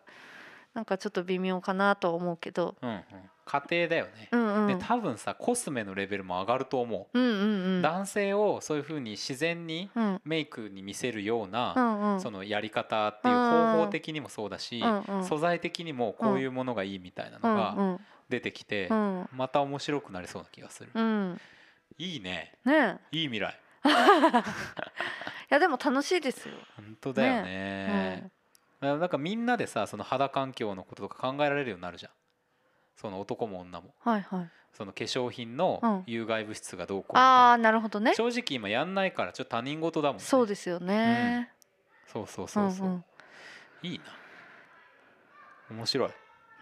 [SPEAKER 2] なんかちょっと微妙かなとは思うけど、
[SPEAKER 1] うんうん、家庭だよね
[SPEAKER 2] う、んうん、
[SPEAKER 1] で多分さコスメのレベルも上がると思
[SPEAKER 2] うんうんう
[SPEAKER 1] う、
[SPEAKER 2] ん
[SPEAKER 1] 男性をそういうふうに自然に
[SPEAKER 2] うん
[SPEAKER 1] メイクに見せるよう
[SPEAKER 2] う
[SPEAKER 1] な、
[SPEAKER 2] んうん
[SPEAKER 1] そのやり方っていう
[SPEAKER 2] うん
[SPEAKER 1] 方法的にもそうだし、
[SPEAKER 2] うんうん
[SPEAKER 1] 素材的にもこういうものがいいみたいなの
[SPEAKER 2] う
[SPEAKER 1] が
[SPEAKER 2] ん
[SPEAKER 1] 出てきて、
[SPEAKER 2] うんうん
[SPEAKER 1] また面白くなりそうな気がする、
[SPEAKER 2] うん
[SPEAKER 1] いいね
[SPEAKER 2] ねえ
[SPEAKER 1] いい未来
[SPEAKER 2] いやでも楽しいですよ。
[SPEAKER 1] 本当だよねだ
[SPEAKER 2] うん
[SPEAKER 1] からなんかみんなでさその肌環境のこととか考えられるようになるじゃんその男も女も
[SPEAKER 2] はいはい。
[SPEAKER 1] その化粧品
[SPEAKER 2] う
[SPEAKER 1] の
[SPEAKER 2] ん
[SPEAKER 1] 有害物質がどうこうみたいな
[SPEAKER 2] ああなるほどね。
[SPEAKER 1] 正直今やんないからちょっと他人事だもんね
[SPEAKER 2] そうですよね。
[SPEAKER 1] そうそうそうそう、
[SPEAKER 2] うん
[SPEAKER 1] いいな面白い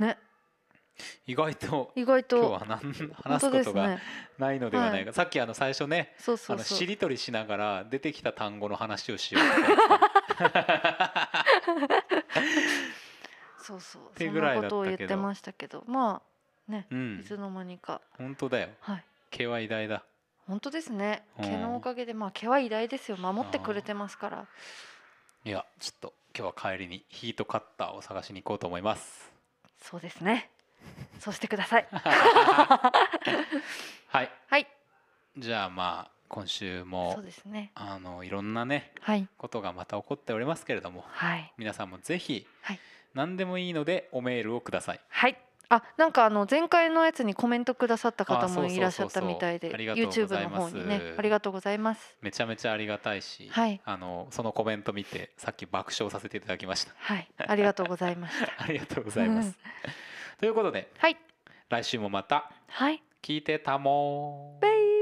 [SPEAKER 2] うんね
[SPEAKER 1] 意外と
[SPEAKER 2] 意外と
[SPEAKER 1] 今日は何
[SPEAKER 2] 本
[SPEAKER 1] 話す
[SPEAKER 2] 当
[SPEAKER 1] こ
[SPEAKER 2] で
[SPEAKER 1] と
[SPEAKER 2] す
[SPEAKER 1] が
[SPEAKER 2] ね。
[SPEAKER 1] ないのではないか、さっきあの最初ね
[SPEAKER 2] そうそう
[SPEAKER 1] あのし
[SPEAKER 2] そう。
[SPEAKER 1] りとりしながら出てきた単語の話をしようって
[SPEAKER 2] そうそう。
[SPEAKER 1] っ
[SPEAKER 2] そ
[SPEAKER 1] て
[SPEAKER 2] ん
[SPEAKER 1] ぐら
[SPEAKER 2] ない
[SPEAKER 1] だ
[SPEAKER 2] こ
[SPEAKER 1] ったけど
[SPEAKER 2] とを言ってましたけど、ま
[SPEAKER 1] う
[SPEAKER 2] あい
[SPEAKER 1] ん
[SPEAKER 2] つの間にか
[SPEAKER 1] 本当だよ
[SPEAKER 2] はい。
[SPEAKER 1] 毛は偉大だ
[SPEAKER 2] 本当ですね。
[SPEAKER 1] うん
[SPEAKER 2] 毛のおかげでまあ毛は偉大ですよ。守ってくれてますから。
[SPEAKER 1] いやちょっと今日は帰りにヒートカッターを探しに行こうと思います
[SPEAKER 2] そうですね。そうしてください。
[SPEAKER 1] はい
[SPEAKER 2] はい。
[SPEAKER 1] じゃあまあ今週も
[SPEAKER 2] そうですね。
[SPEAKER 1] あのいろんなね
[SPEAKER 2] はい
[SPEAKER 1] ことがまた起こっておりますけれども
[SPEAKER 2] はい
[SPEAKER 1] 皆さんもぜひ
[SPEAKER 2] はい
[SPEAKER 1] 何でもいいのでおメールをください。
[SPEAKER 2] はい。あなんかあの前回のやつにコメントくださった方
[SPEAKER 1] あそうそうそ
[SPEAKER 2] も
[SPEAKER 1] うそう
[SPEAKER 2] いらっしゃったみたいで
[SPEAKER 1] ありがとうござ
[SPEAKER 2] YouTube
[SPEAKER 1] い
[SPEAKER 2] の
[SPEAKER 1] ま
[SPEAKER 2] 方
[SPEAKER 1] す
[SPEAKER 2] にねありがとうございます。
[SPEAKER 1] めちゃめちゃありがたいし、
[SPEAKER 2] はい
[SPEAKER 1] あのそのコメント見てさっき爆笑させていただきま した。
[SPEAKER 2] はい、ありがとうございました。
[SPEAKER 1] ありがとうございます。ということで
[SPEAKER 2] はい、
[SPEAKER 1] 来週もまた
[SPEAKER 2] はい、
[SPEAKER 1] 聞いてたもー。
[SPEAKER 2] ベ